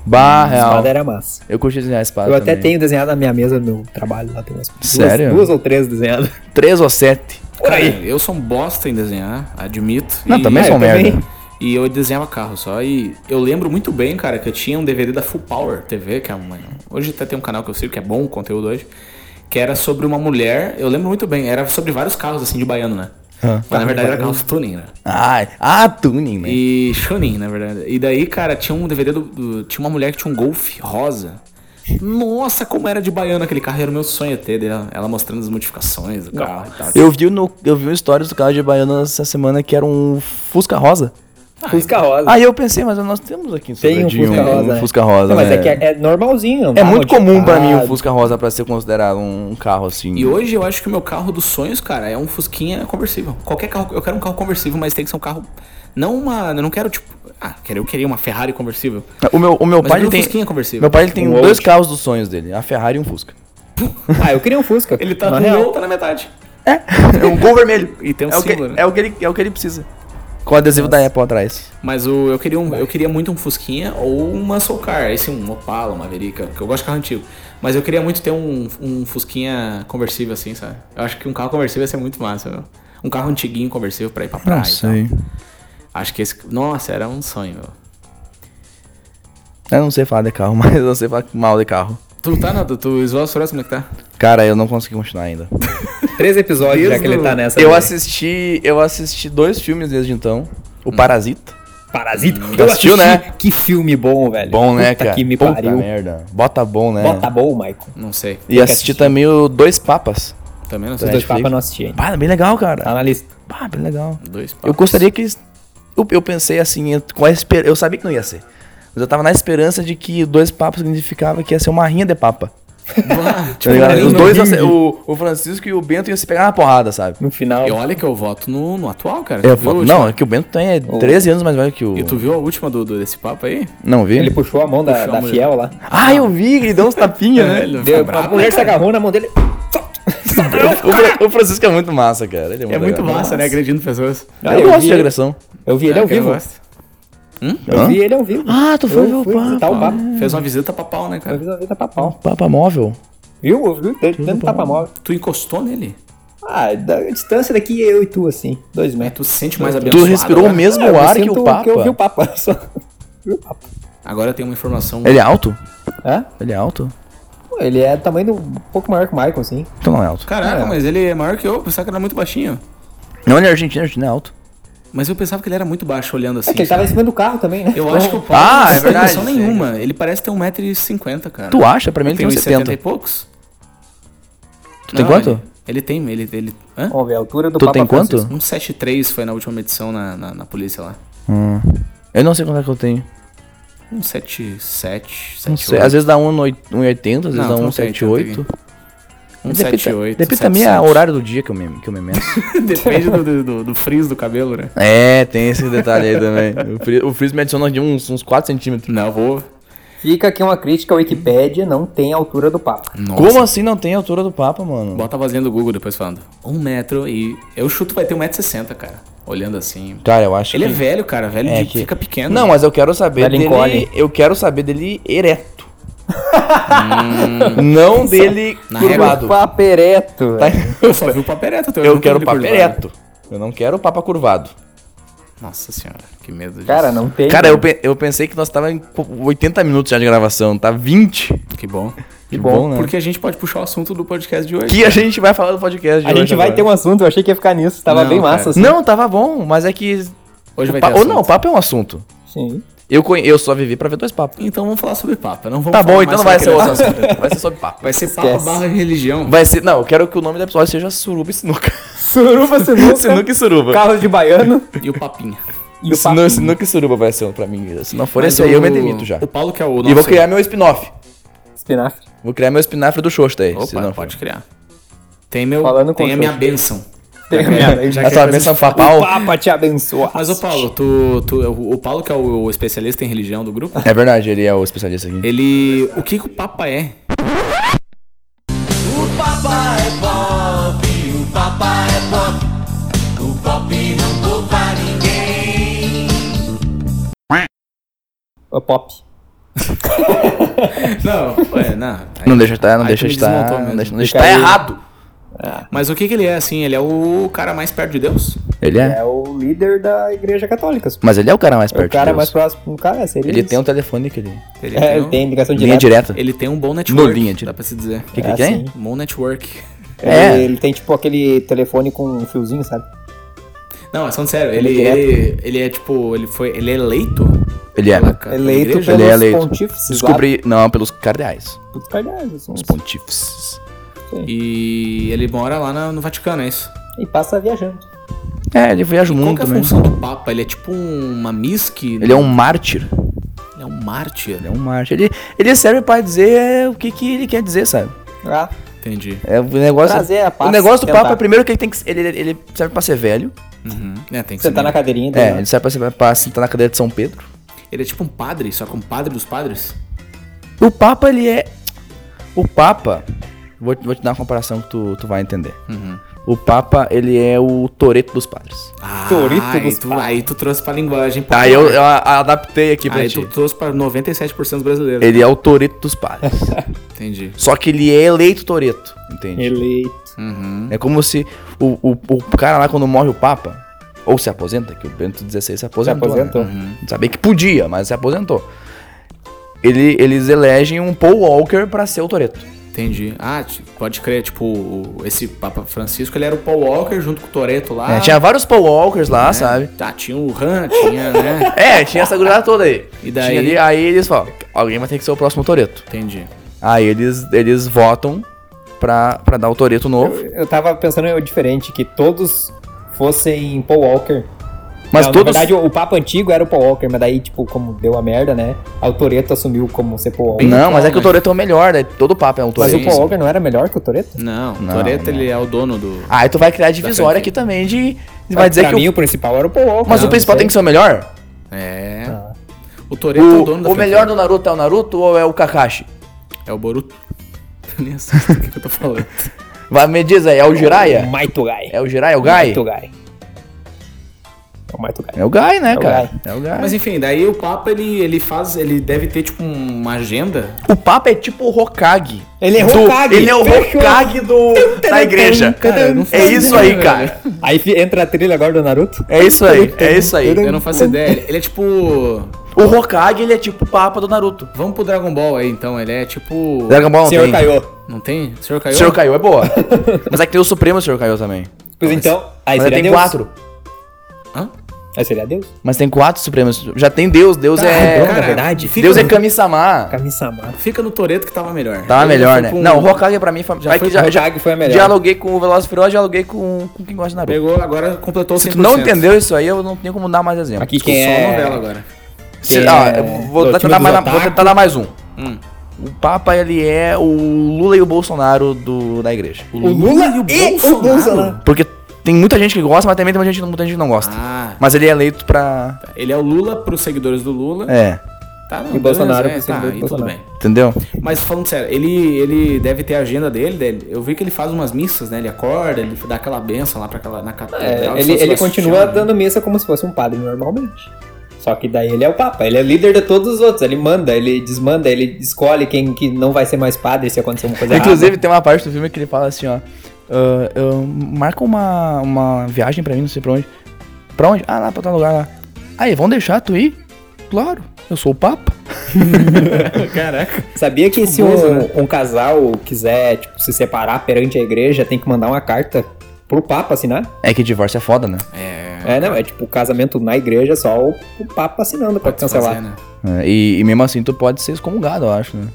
[SPEAKER 1] Bah,
[SPEAKER 3] A
[SPEAKER 1] real.
[SPEAKER 3] espada era massa.
[SPEAKER 1] Eu curti desenhar espada.
[SPEAKER 3] Eu até
[SPEAKER 1] também.
[SPEAKER 3] tenho desenhado na minha mesa no meu trabalho lá. Tem umas duas-
[SPEAKER 1] Sério?
[SPEAKER 3] Duas, ou três desenhadas.
[SPEAKER 1] Três ou sete.
[SPEAKER 3] Por aí.
[SPEAKER 2] Cara, eu sou um bosta em desenhar, admito.
[SPEAKER 1] Não,
[SPEAKER 2] e, é,
[SPEAKER 1] também
[SPEAKER 3] Ah,
[SPEAKER 1] são
[SPEAKER 3] eu também.
[SPEAKER 1] merda.
[SPEAKER 2] E eu desenhava carro só. E eu lembro muito bem, cara, que eu tinha um DVD da Full Power TV, que é uma. Hoje até tem um canal que eu sigo, que é bom o conteúdo hoje. Que era sobre uma mulher. Eu lembro muito bem, era sobre vários carros, assim, de baiano, né? Mas na verdade era carros tuning, né?
[SPEAKER 1] Ai, ah, tuning, né?
[SPEAKER 2] E Shonin, na verdade. E daí, cara, tinha um DVD do, do- Tinha uma mulher que tinha um Golf rosa. Nossa, como era de baiano aquele carro, era o meu sonho ter dela. Ela mostrando as modificações do carro e tal.
[SPEAKER 1] Eu vi, no, eu vi um stories do carro de Baiano essa semana que era um Fusca Rosa.
[SPEAKER 3] Fusca rosa.
[SPEAKER 1] Aí eu pensei, mas nós temos aqui em
[SPEAKER 3] Tem um
[SPEAKER 1] Sobradinho
[SPEAKER 3] Fusca rosa,
[SPEAKER 1] Um
[SPEAKER 3] é.
[SPEAKER 1] Fusca rosa
[SPEAKER 3] Não, mas
[SPEAKER 1] né?
[SPEAKER 3] é que é, é normalzinho. Ah,
[SPEAKER 1] É muito comum pra mim um Fusca rosa pra ser considerado um carro assim.
[SPEAKER 2] E hoje eu acho que o meu carro dos sonhos, cara, é um Fusquinha conversível. Qualquer carro, eu quero um carro conversível, mas tem que ser um carro. Não uma. Eu não quero, tipo. Ah, quero- eu queria uma Ferrari conversível.
[SPEAKER 1] O meu, o meu
[SPEAKER 2] Mas
[SPEAKER 1] pai
[SPEAKER 2] ele
[SPEAKER 1] ele
[SPEAKER 2] um
[SPEAKER 1] tem.
[SPEAKER 2] Fusquinha conversível.
[SPEAKER 1] Meu pai ele tem
[SPEAKER 3] Um
[SPEAKER 1] dois
[SPEAKER 3] Old.
[SPEAKER 1] carros dos sonhos dele, a Ferrari e um Fusca.
[SPEAKER 3] Ah, eu queria um Fusca.
[SPEAKER 2] Ele tá
[SPEAKER 3] na
[SPEAKER 2] com
[SPEAKER 3] real.
[SPEAKER 2] o tá na metade.
[SPEAKER 1] [LAUGHS] É um gol vermelho.
[SPEAKER 2] E tem um
[SPEAKER 1] É o, que,
[SPEAKER 2] símbolo, né?
[SPEAKER 1] é, o que ele, é o que ele precisa. Com o adesivo da Apple atrás.
[SPEAKER 2] Mas o, eu, queria um- eu queria muito um Fusquinha ou uma Soul Car, esse um Opala, uma Verica, que eu gosto de carro antigo. Mas eu queria muito ter um, um Fusquinha conversível assim, sabe? Eu acho que um carro conversível ia ser muito massa. Meu. Um carro antiguinho conversível pra ir pra praia. e tal. Acho que esse. Nossa, era um sonho, meu.
[SPEAKER 1] Eu não sei falar de carro, [LAUGHS] mas eu sei falar mal de carro.
[SPEAKER 2] Tu tá na. Tu, tu esvoa as frases, como é que tá?
[SPEAKER 1] Cara, eu não consegui continuar ainda.
[SPEAKER 3] Três episódios já que ele
[SPEAKER 2] Deus
[SPEAKER 3] tá
[SPEAKER 2] do-
[SPEAKER 3] nessa.
[SPEAKER 1] Eu
[SPEAKER 3] daí.
[SPEAKER 1] assisti, eu assisti dois filmes desde então. O Parasita.
[SPEAKER 3] Parasita.
[SPEAKER 1] Já assistiu, né?
[SPEAKER 3] Que filme bom, velho.
[SPEAKER 1] Bom, né,
[SPEAKER 3] Puta
[SPEAKER 1] cara?
[SPEAKER 3] que me
[SPEAKER 1] Puta
[SPEAKER 3] pariu.
[SPEAKER 1] merda. Bota bom, né?
[SPEAKER 3] Bota bom, Michael.
[SPEAKER 2] Não sei.
[SPEAKER 1] E assisti também o Dois Papas.
[SPEAKER 2] Também não
[SPEAKER 3] Os
[SPEAKER 2] sei.
[SPEAKER 3] dois
[SPEAKER 1] Netflix.
[SPEAKER 3] papas não assisti ainda.
[SPEAKER 1] Bah, bem legal,
[SPEAKER 3] Tá
[SPEAKER 1] cara.
[SPEAKER 3] na lista.
[SPEAKER 1] Bah, bem legal.
[SPEAKER 2] Dois
[SPEAKER 1] Eu
[SPEAKER 2] [LAUGHS] papos.
[SPEAKER 1] gostaria que eles. Eu, eu pensei assim, eu- com a esper... eu sabia que não ia ser. Mas eu tava na esperança de que dois papos significava que ia ser uma rinha de papa.
[SPEAKER 2] Ah,
[SPEAKER 1] [LAUGHS] Tá
[SPEAKER 2] tipo,
[SPEAKER 1] ligado?
[SPEAKER 3] rinha
[SPEAKER 1] Os
[SPEAKER 3] no
[SPEAKER 1] dois,
[SPEAKER 3] ringue.
[SPEAKER 1] iam ser- o, o Francisco e o Bento iam se pegar na porrada, sabe?
[SPEAKER 3] No final.
[SPEAKER 2] E olha que eu voto no, no atual, cara.
[SPEAKER 1] Eu
[SPEAKER 2] Tu viu a
[SPEAKER 1] falo,
[SPEAKER 2] última-
[SPEAKER 1] não, é que o Bento tem é 13 anos mais velho que o.
[SPEAKER 2] E tu viu a última do, do- desse papo aí?
[SPEAKER 1] Não vi?
[SPEAKER 3] Ele puxou a mão da,
[SPEAKER 2] Puxou a
[SPEAKER 3] da
[SPEAKER 2] mulher.
[SPEAKER 3] Fiel lá.
[SPEAKER 1] Ah, eu vi, ele deu uns
[SPEAKER 3] [LAUGHS]
[SPEAKER 1] tapinhas, né?
[SPEAKER 2] Ele
[SPEAKER 3] Deu,
[SPEAKER 2] ficou bravo.
[SPEAKER 3] a mulher se agarrou na mão dele.
[SPEAKER 1] O, Fra- o Francisco é muito massa, cara. Ele é muito,
[SPEAKER 2] É muito
[SPEAKER 1] legal.
[SPEAKER 2] massa, né? Agredindo pessoas.
[SPEAKER 1] Eu,
[SPEAKER 3] Ah, eu
[SPEAKER 1] gosto
[SPEAKER 3] vi
[SPEAKER 1] de
[SPEAKER 3] ele.
[SPEAKER 1] agressão.
[SPEAKER 3] Eu vi ele
[SPEAKER 2] É,
[SPEAKER 3] ao
[SPEAKER 2] que eu
[SPEAKER 3] vivo.
[SPEAKER 2] gosto.
[SPEAKER 3] Eu
[SPEAKER 1] Hã?
[SPEAKER 3] vi ele ao vivo.
[SPEAKER 1] Ah, tu foi ver
[SPEAKER 3] Eu
[SPEAKER 1] o
[SPEAKER 3] fui visitar o
[SPEAKER 1] Papa.
[SPEAKER 3] papo.
[SPEAKER 2] Fez uma visita pra pau, né,
[SPEAKER 3] Eu
[SPEAKER 2] cara?
[SPEAKER 3] fiz uma vida pra pau.
[SPEAKER 1] Papa móvel.
[SPEAKER 3] Viu? Viu? Tanto tapa móvel.
[SPEAKER 1] Uhum.
[SPEAKER 2] Tu encostou nele?
[SPEAKER 3] Ah, da a distância daqui eu e tu, assim. Dois
[SPEAKER 2] É,
[SPEAKER 3] metros.
[SPEAKER 2] tu se sente mais
[SPEAKER 3] Tu
[SPEAKER 2] abençoado.
[SPEAKER 1] respirou
[SPEAKER 2] agora?
[SPEAKER 1] mesmo?
[SPEAKER 3] É, eu
[SPEAKER 1] o ar
[SPEAKER 3] sinto
[SPEAKER 1] que o Papa.
[SPEAKER 3] eu vi o Papa. [LAUGHS] Só.
[SPEAKER 2] Agora tem uma informação.
[SPEAKER 1] Ele é alto?
[SPEAKER 3] Hã?
[SPEAKER 1] Ele é alto?
[SPEAKER 3] Pô, Ele é do tamanho do, um pouco maior que o Michael, assim.
[SPEAKER 1] Então não é alto.
[SPEAKER 2] Caraca,
[SPEAKER 3] É.
[SPEAKER 2] mas ele é maior que eu. Eu pensava que ele era muito baixinho.
[SPEAKER 1] Não, ele é argentino, argentino é alto.
[SPEAKER 2] Mas eu pensava que ele era muito baixo olhando assim.
[SPEAKER 3] É que ele tava em cima do carro também, né?
[SPEAKER 2] Eu acho que o Paulo
[SPEAKER 1] Ah,
[SPEAKER 2] não
[SPEAKER 1] é
[SPEAKER 2] tem
[SPEAKER 1] verdade,
[SPEAKER 2] noção nenhuma. Ele parece ter 1,50m, cara.
[SPEAKER 1] Tu acha? Pra mim ele
[SPEAKER 2] tem
[SPEAKER 1] tem uns
[SPEAKER 2] 1,70 e
[SPEAKER 1] 70.
[SPEAKER 2] poucos?
[SPEAKER 1] Tu tem quanto?
[SPEAKER 2] Ele, ele tem, ele... ele hã?
[SPEAKER 3] Vamos ver, a altura do
[SPEAKER 1] Tu
[SPEAKER 3] Papa
[SPEAKER 1] tem quanto?
[SPEAKER 3] Francisco.
[SPEAKER 2] Um 73 foi na última medição na, na, na polícia lá.
[SPEAKER 1] Hum. Eu não sei quanto é que eu tenho.
[SPEAKER 2] Um 77,
[SPEAKER 1] Não sei.
[SPEAKER 2] 78.
[SPEAKER 1] Às vezes dá 1,80, às vezes
[SPEAKER 2] Não, tu
[SPEAKER 1] dá
[SPEAKER 2] não tem
[SPEAKER 1] 1,78.
[SPEAKER 2] Um
[SPEAKER 1] Depende-
[SPEAKER 2] 78.
[SPEAKER 1] Depende também do horário do dia que eu me, que eu me meço.
[SPEAKER 2] 77. Depende do, do, do, do frizz do cabelo, né?
[SPEAKER 1] é, tem esse detalhe aí
[SPEAKER 2] [LAUGHS]
[SPEAKER 1] também. O frizz, o frizz me adiciona de uns, uns 4 centímetros.
[SPEAKER 2] Não, eu vou...
[SPEAKER 3] Fica aqui uma crítica, a Wikipédia não tem a altura do Papa.
[SPEAKER 2] Nossa.
[SPEAKER 1] Como assim não tem a altura do Papa, mano?
[SPEAKER 2] Bota a vozinha do Google depois falando. Um metro e... Eu chuto vai ter 1,60m, cara. Olhando assim...
[SPEAKER 1] Cara, eu acho
[SPEAKER 2] Ele é
[SPEAKER 1] que...
[SPEAKER 2] velho, cara. Velho
[SPEAKER 1] É
[SPEAKER 2] de-
[SPEAKER 1] que-
[SPEAKER 2] fica pequeno. né?
[SPEAKER 1] Não, mas eu quero saber
[SPEAKER 3] Velho
[SPEAKER 1] dele.
[SPEAKER 3] encolhe.
[SPEAKER 1] Eu quero saber dele ereto. não dele
[SPEAKER 2] Hum. Na régua.
[SPEAKER 1] curvado.
[SPEAKER 3] Papa ereto,
[SPEAKER 1] Tá?
[SPEAKER 3] velho.
[SPEAKER 2] Eu só vi o papereto. então
[SPEAKER 1] Eu,
[SPEAKER 2] nunca
[SPEAKER 1] quero
[SPEAKER 2] vi ele
[SPEAKER 1] papa
[SPEAKER 2] curvado.
[SPEAKER 1] ereto. Eu não quero papa curvado.
[SPEAKER 2] Nossa senhora, que medo disso.
[SPEAKER 3] Cara, não tem.
[SPEAKER 1] Cara, eu, pe- eu pensei que nós tava em co- 80 minutos já de gravação, tá 20.
[SPEAKER 2] Que bom.
[SPEAKER 1] Que,
[SPEAKER 3] bom,
[SPEAKER 1] né?
[SPEAKER 2] Porque a gente pode puxar o assunto do podcast de hoje.
[SPEAKER 1] Que a gente vai falar do podcast de
[SPEAKER 3] A gente
[SPEAKER 1] hoje
[SPEAKER 3] vai
[SPEAKER 1] agora.
[SPEAKER 3] ter um assunto, eu achei que ia ficar nisso. Tava
[SPEAKER 2] Não,
[SPEAKER 3] bem
[SPEAKER 2] cara.
[SPEAKER 3] massa, assim.
[SPEAKER 1] Não, tava bom, mas é que.
[SPEAKER 2] Hoje vai
[SPEAKER 1] Pa-
[SPEAKER 2] ter
[SPEAKER 1] Ou
[SPEAKER 2] assunto.
[SPEAKER 1] não, o papo é um assunto.
[SPEAKER 3] Sim.
[SPEAKER 1] Eu, conhe- eu só vivi pra ver dois papos.
[SPEAKER 2] Então vamos falar sobre papa. Não vamos
[SPEAKER 1] Tá
[SPEAKER 2] falar
[SPEAKER 1] bom,
[SPEAKER 2] mais
[SPEAKER 1] então não
[SPEAKER 2] sobre
[SPEAKER 1] vai ser
[SPEAKER 2] aquele
[SPEAKER 1] outro assunto. Vai ser sobre papo.
[SPEAKER 2] Vai ser papa
[SPEAKER 3] Esquece.
[SPEAKER 2] barra religião.
[SPEAKER 1] Vai ser. Não, eu quero que o nome do episódio seja Suruba e Sinuca.
[SPEAKER 3] Suruba,
[SPEAKER 1] [LAUGHS]
[SPEAKER 3] sinuca,
[SPEAKER 1] Sinuca e Suruba.
[SPEAKER 3] carros
[SPEAKER 1] [LAUGHS]
[SPEAKER 3] de baiano
[SPEAKER 2] E o papinha.
[SPEAKER 3] e o
[SPEAKER 1] Se não,
[SPEAKER 3] Papa.
[SPEAKER 1] se não que suruba vai ser um pra mim. Se não for
[SPEAKER 2] Mas
[SPEAKER 1] esse aí, eu me demito já.
[SPEAKER 2] O Paulo que é o nosso...
[SPEAKER 1] E vou criar meu spin-off.
[SPEAKER 3] Espinafre.
[SPEAKER 1] Vou criar meu spin-off do Xoxo daí. se
[SPEAKER 2] Opa,
[SPEAKER 1] não for.
[SPEAKER 2] pode criar. Tem meu...
[SPEAKER 3] Falando com
[SPEAKER 2] tem a
[SPEAKER 3] o
[SPEAKER 2] minha
[SPEAKER 3] seu-
[SPEAKER 2] bênção.
[SPEAKER 3] Tem a
[SPEAKER 2] Já
[SPEAKER 3] minha
[SPEAKER 2] que-
[SPEAKER 3] lei.
[SPEAKER 2] já que
[SPEAKER 1] Essa
[SPEAKER 2] é
[SPEAKER 1] bênção
[SPEAKER 2] coisa-
[SPEAKER 3] assim. O
[SPEAKER 1] papal.
[SPEAKER 3] Papa te abençoa.
[SPEAKER 2] Mas o Paulo, tu, tu, o o Paulo que é o, o especialista em religião do grupo,
[SPEAKER 1] É verdade, ele é o especialista aqui.
[SPEAKER 2] ele... O que que o papa é?
[SPEAKER 3] O Pop.
[SPEAKER 2] Não, é, não.
[SPEAKER 1] Não deixa estar, não
[SPEAKER 2] Aí
[SPEAKER 1] deixa
[SPEAKER 2] tu me
[SPEAKER 1] estar.
[SPEAKER 2] desmontou
[SPEAKER 1] Não
[SPEAKER 2] mesmo.
[SPEAKER 1] deixa, não deixa
[SPEAKER 3] Fica
[SPEAKER 1] estar
[SPEAKER 3] aí.
[SPEAKER 1] tá errado.
[SPEAKER 2] Mas o que que ele é, assim? Ele é o cara mais perto de Deus?
[SPEAKER 1] Ele é.
[SPEAKER 3] É o líder da igreja católica.
[SPEAKER 1] Mas ele é o cara mais
[SPEAKER 3] É
[SPEAKER 1] perto.
[SPEAKER 3] o cara
[SPEAKER 1] de Deus.
[SPEAKER 3] mais próximo. O cara é, seria
[SPEAKER 1] Ele
[SPEAKER 3] isso.
[SPEAKER 1] tem um telefone que ele.
[SPEAKER 2] Ele
[SPEAKER 3] É,
[SPEAKER 2] tem
[SPEAKER 3] ele
[SPEAKER 2] um-
[SPEAKER 3] tem ligação
[SPEAKER 1] Linha direta.
[SPEAKER 3] direta.
[SPEAKER 2] Ele tem um bom network,
[SPEAKER 1] Nolinha,
[SPEAKER 2] dá
[SPEAKER 1] tira.
[SPEAKER 2] pra se dizer.
[SPEAKER 1] O que, que
[SPEAKER 3] É
[SPEAKER 1] ele tem?
[SPEAKER 3] assim.
[SPEAKER 2] Bom network.
[SPEAKER 3] Ele,
[SPEAKER 1] É.
[SPEAKER 3] ele tem tipo aquele telefone com um fiozinho, sabe?
[SPEAKER 2] Não, é só sério, ele,
[SPEAKER 3] Ele é
[SPEAKER 2] ele, ele é tipo, ele foi, ele é eleito?
[SPEAKER 1] Ele é.
[SPEAKER 2] pela ca- pela
[SPEAKER 3] Eleito
[SPEAKER 2] igreja? né?
[SPEAKER 1] Ele
[SPEAKER 3] pelos
[SPEAKER 1] é eleito.
[SPEAKER 3] pontífices.
[SPEAKER 1] Descobri. Não, pelos cardeais.
[SPEAKER 3] lá. Putz, caralho, isso,
[SPEAKER 1] Os
[SPEAKER 3] isso.
[SPEAKER 1] pontífices.
[SPEAKER 2] E ele mora lá na- no Vaticano, é isso?
[SPEAKER 3] E passa viajando.
[SPEAKER 1] É, ele viaja o
[SPEAKER 2] Qual
[SPEAKER 1] mundo
[SPEAKER 2] que é a
[SPEAKER 1] também.
[SPEAKER 2] função do Papa? Ele é tipo uma misque?
[SPEAKER 1] Ele é um mártir.
[SPEAKER 2] Ele é um mártir?
[SPEAKER 1] Ele é um mártir. Ele, ele serve pra dizer é, o que, que ele quer dizer, sabe?
[SPEAKER 3] Ah,
[SPEAKER 2] Entendi.
[SPEAKER 1] É o negócio.
[SPEAKER 3] Trazer a paz,
[SPEAKER 1] o negócio do
[SPEAKER 3] tentar.
[SPEAKER 1] Papa é primeiro que ele tem que. Ele, ele serve pra ser velho.
[SPEAKER 2] Uhum. É, tem que ser
[SPEAKER 3] sentar tá na
[SPEAKER 2] mesmo.
[SPEAKER 3] cadeirinha.
[SPEAKER 1] É,
[SPEAKER 3] dele.
[SPEAKER 1] ele serve pra, ser, pra sentar na cadeira de São Pedro.
[SPEAKER 2] Ele é tipo um padre, só que um padre dos padres?
[SPEAKER 1] O Papa, ele é. O Papa. Vou, te- vou te dar uma comparação que tu, tu vai entender.
[SPEAKER 2] Uhum.
[SPEAKER 1] O Papa, ele é o Toreto dos padres.
[SPEAKER 2] Ah,
[SPEAKER 3] Torito
[SPEAKER 2] aí,
[SPEAKER 3] dos
[SPEAKER 2] tu,
[SPEAKER 3] padres.
[SPEAKER 2] aí tu trouxe pra linguagem.
[SPEAKER 1] Aí Tá, eu, eu a- adaptei aqui pra
[SPEAKER 2] aí
[SPEAKER 1] ti.
[SPEAKER 2] tu trouxe pra 97% brasileiro.
[SPEAKER 1] Ele é o Toreto dos padres.
[SPEAKER 2] Entendi.
[SPEAKER 1] Só que ele é eleito Toreto,
[SPEAKER 3] né?
[SPEAKER 1] entende?
[SPEAKER 3] Eleito.
[SPEAKER 2] Uhum.
[SPEAKER 1] É como se o, o, o cara lá, quando morre o Papa, ou se aposenta, que o Bento XVI se
[SPEAKER 3] Se
[SPEAKER 1] aposentou.
[SPEAKER 3] aposentou. Uhum.
[SPEAKER 1] Né? Sabia que podia, mas se aposentou. Ele, eles elegem um Paul Walker pra ser o Toreto.
[SPEAKER 2] Entendi. Ah, ti- pode crer, tipo, o- esse Papa Francisco, ele era o Paul Walker junto com o Toreto
[SPEAKER 3] Ah.
[SPEAKER 2] lá.
[SPEAKER 1] É, tinha vários Paul Walkers lá,
[SPEAKER 3] É.
[SPEAKER 2] né?
[SPEAKER 1] sabe?
[SPEAKER 2] Ah, tinha o Han, tinha, né?
[SPEAKER 1] É, tinha essa gurizada toda aí.
[SPEAKER 2] E daí?
[SPEAKER 1] Tinha ali- aí eles falam, alguém vai ter que ser o próximo Toreto.
[SPEAKER 2] Entendi.
[SPEAKER 1] Aí eles, eles votam pra, pra dar o Toreto novo.
[SPEAKER 3] Eu tava pensando eu diferente, que todos fossem Paul Walker.
[SPEAKER 1] Mas
[SPEAKER 3] Não,
[SPEAKER 1] todos.
[SPEAKER 3] Na verdade, o Papa antigo era o Paul Walker, mas daí, tipo, como deu a merda, né? Aí o Toreto assumiu como ser Paul Walker.
[SPEAKER 1] não, mas é
[SPEAKER 2] bom,
[SPEAKER 1] que o
[SPEAKER 2] né?
[SPEAKER 1] Toreto é o melhor, né? Todo Papa é um
[SPEAKER 3] mas
[SPEAKER 1] Toreto.
[SPEAKER 3] o Paul Walker não era melhor que o Toreto?
[SPEAKER 2] Não, o
[SPEAKER 1] Não,
[SPEAKER 2] Toreto
[SPEAKER 1] não.
[SPEAKER 2] ele é o dono do.
[SPEAKER 1] Aí tu vai criar divisória
[SPEAKER 2] frente.
[SPEAKER 1] aqui também de. Vai dizer
[SPEAKER 3] pra
[SPEAKER 1] que o
[SPEAKER 3] mim, o... principal era o Paul Walker.
[SPEAKER 1] Mas
[SPEAKER 3] né?
[SPEAKER 1] o principal
[SPEAKER 3] Não
[SPEAKER 1] tem que ser o melhor?
[SPEAKER 2] É.
[SPEAKER 3] Ah.
[SPEAKER 2] O Toreto é o dono da
[SPEAKER 1] O, o
[SPEAKER 2] franquia.
[SPEAKER 1] melhor do Naruto é o Naruto ou é o Kakashi?
[SPEAKER 2] É o Boruto. [LAUGHS] Eu Nem assisto o que eu tô falando.
[SPEAKER 1] Vai, me diz aí, é o
[SPEAKER 3] sei.
[SPEAKER 1] Jiraiya?
[SPEAKER 3] Ah, O Maitugai.
[SPEAKER 1] É o Jiraiya, é o Gai?
[SPEAKER 3] Maitugai. É o Maitugai.
[SPEAKER 1] É o Gai, né,
[SPEAKER 3] o
[SPEAKER 1] cara?
[SPEAKER 3] Gai.
[SPEAKER 1] [LAUGHS] É o Gai.
[SPEAKER 2] Mas enfim, daí o Papa ele, ele faz. Ele deve ter tipo uma agenda.
[SPEAKER 1] o Papa é tipo o Hokage.
[SPEAKER 3] Ele é
[SPEAKER 1] Do-
[SPEAKER 3] Hokage,
[SPEAKER 1] Ele é o
[SPEAKER 3] fechou.
[SPEAKER 1] Hokage do, da igreja.
[SPEAKER 2] Cara, eu não
[SPEAKER 1] é
[SPEAKER 2] faço
[SPEAKER 1] isso
[SPEAKER 2] ideia,
[SPEAKER 1] aí,
[SPEAKER 2] velho.
[SPEAKER 1] cara.
[SPEAKER 3] Aí fi- entra a trilha agora do Naruto.
[SPEAKER 1] É isso aí, é isso aí.
[SPEAKER 2] Eu não faço ideia. Ele é tipo.
[SPEAKER 1] O Hokage, ele é tipo o Papa do Naruto.
[SPEAKER 2] Vamos pro Dragon Ball aí então. Ele é tipo.
[SPEAKER 1] Dragon Ball não
[SPEAKER 3] Senhor
[SPEAKER 1] tem.
[SPEAKER 3] Kaiô.
[SPEAKER 2] Não tem? O senhor caiu?
[SPEAKER 1] Senhor Kaiô é boa. [LAUGHS] Mas é que tem o Supremo Senhor Kaiô também.
[SPEAKER 3] Pois então, aí
[SPEAKER 1] Mas
[SPEAKER 3] seria
[SPEAKER 1] tem
[SPEAKER 3] Deus.
[SPEAKER 1] quatro.
[SPEAKER 2] Hã?
[SPEAKER 3] Aí seria Deus.
[SPEAKER 1] Mas tem quatro Supremos. Já tem Deus, Deus
[SPEAKER 2] Tá,
[SPEAKER 1] é...
[SPEAKER 2] cara,
[SPEAKER 3] Ah, então, na verdade,
[SPEAKER 2] fica
[SPEAKER 1] Deus é
[SPEAKER 2] no-
[SPEAKER 1] Kami-sama.
[SPEAKER 3] Kami-sama.
[SPEAKER 2] Fica no Toreto que tava melhor.
[SPEAKER 1] Tava
[SPEAKER 2] Ele
[SPEAKER 1] melhor,
[SPEAKER 2] foi
[SPEAKER 1] né?
[SPEAKER 2] pra um-
[SPEAKER 1] Não, o Hokage pra mim foi, já,
[SPEAKER 3] foi-
[SPEAKER 1] que já,
[SPEAKER 3] o
[SPEAKER 1] já-
[SPEAKER 3] Hokage foi a melhor.
[SPEAKER 1] Dialoguei com o Veloz e Feroz, dialoguei com, com quem gosta de Naruto.
[SPEAKER 2] Pegou, agora completou 100%.
[SPEAKER 1] Se tu não entendeu isso aí, eu não tenho como dar mais exemplo.
[SPEAKER 3] Aqui
[SPEAKER 2] Só
[SPEAKER 3] quem é...
[SPEAKER 2] novela agora.
[SPEAKER 1] Se-
[SPEAKER 3] é-
[SPEAKER 1] ah, eu vou,
[SPEAKER 3] do
[SPEAKER 1] tentar
[SPEAKER 3] time
[SPEAKER 1] dar mais,
[SPEAKER 3] dos
[SPEAKER 1] vou
[SPEAKER 3] otaku.
[SPEAKER 1] tentar dar mais um.
[SPEAKER 2] Hum.
[SPEAKER 1] O Papa, ele é o Lula e o Bolsonaro do, da igreja.
[SPEAKER 3] O Lula e o Bolsonaro.
[SPEAKER 1] Porque tem muita gente que gosta, mas também tem muita gente, muita gente que não gosta.
[SPEAKER 2] Ah,
[SPEAKER 1] Mas ele é eleito pra...
[SPEAKER 2] ele é o Lula pros seguidores do Lula.
[SPEAKER 1] É,
[SPEAKER 2] Tá, não,
[SPEAKER 3] E o Bolsonaro
[SPEAKER 2] beleza,
[SPEAKER 3] pros
[SPEAKER 2] é, tá,
[SPEAKER 3] seguidores
[SPEAKER 2] aí
[SPEAKER 3] do
[SPEAKER 2] tudo
[SPEAKER 3] Bolsonaro.
[SPEAKER 2] bem.
[SPEAKER 1] entendeu?
[SPEAKER 2] Mas falando sério, ele, ele deve ter a agenda dele, dele. Eu vi que ele faz umas missas, né? Ele acorda, ele dá aquela benção lá pra aquela, na catedral.
[SPEAKER 3] É,
[SPEAKER 2] só
[SPEAKER 3] ele
[SPEAKER 2] se
[SPEAKER 3] ele
[SPEAKER 2] vai
[SPEAKER 3] continua
[SPEAKER 2] assistindo.
[SPEAKER 3] dando missa como se fosse um padre normalmente. Só que daí ele é o Papa, ele é líder de todos os outros, ele manda, ele desmanda, ele escolhe quem que não vai ser mais padre se acontecer uma coisa
[SPEAKER 1] Inclusive, tem uma parte do filme que ele fala assim, ó. "Ah, eu- marca uma, uma viagem pra mim, não sei pra onde. Pra onde? Ah, lá, pra tal lugar lá. Aí, vão deixar tu ir? Claro, eu sou o Papa.
[SPEAKER 2] [LAUGHS] Caraca.
[SPEAKER 3] errada. Sabia que se
[SPEAKER 2] Bozo,
[SPEAKER 3] um,
[SPEAKER 2] né?
[SPEAKER 3] um casal quiser tipo, se separar perante a igreja, tem que mandar uma carta pro Papa assinar?
[SPEAKER 1] É que divórcio é foda, né?
[SPEAKER 2] É.
[SPEAKER 3] É, não, é tipo casamento na igreja, só o, o Papa assinando pra
[SPEAKER 2] Pode
[SPEAKER 3] cancelar.
[SPEAKER 2] fazer, né?
[SPEAKER 1] É, E, e mesmo assim, tu pode ser excomungado, eu acho, né?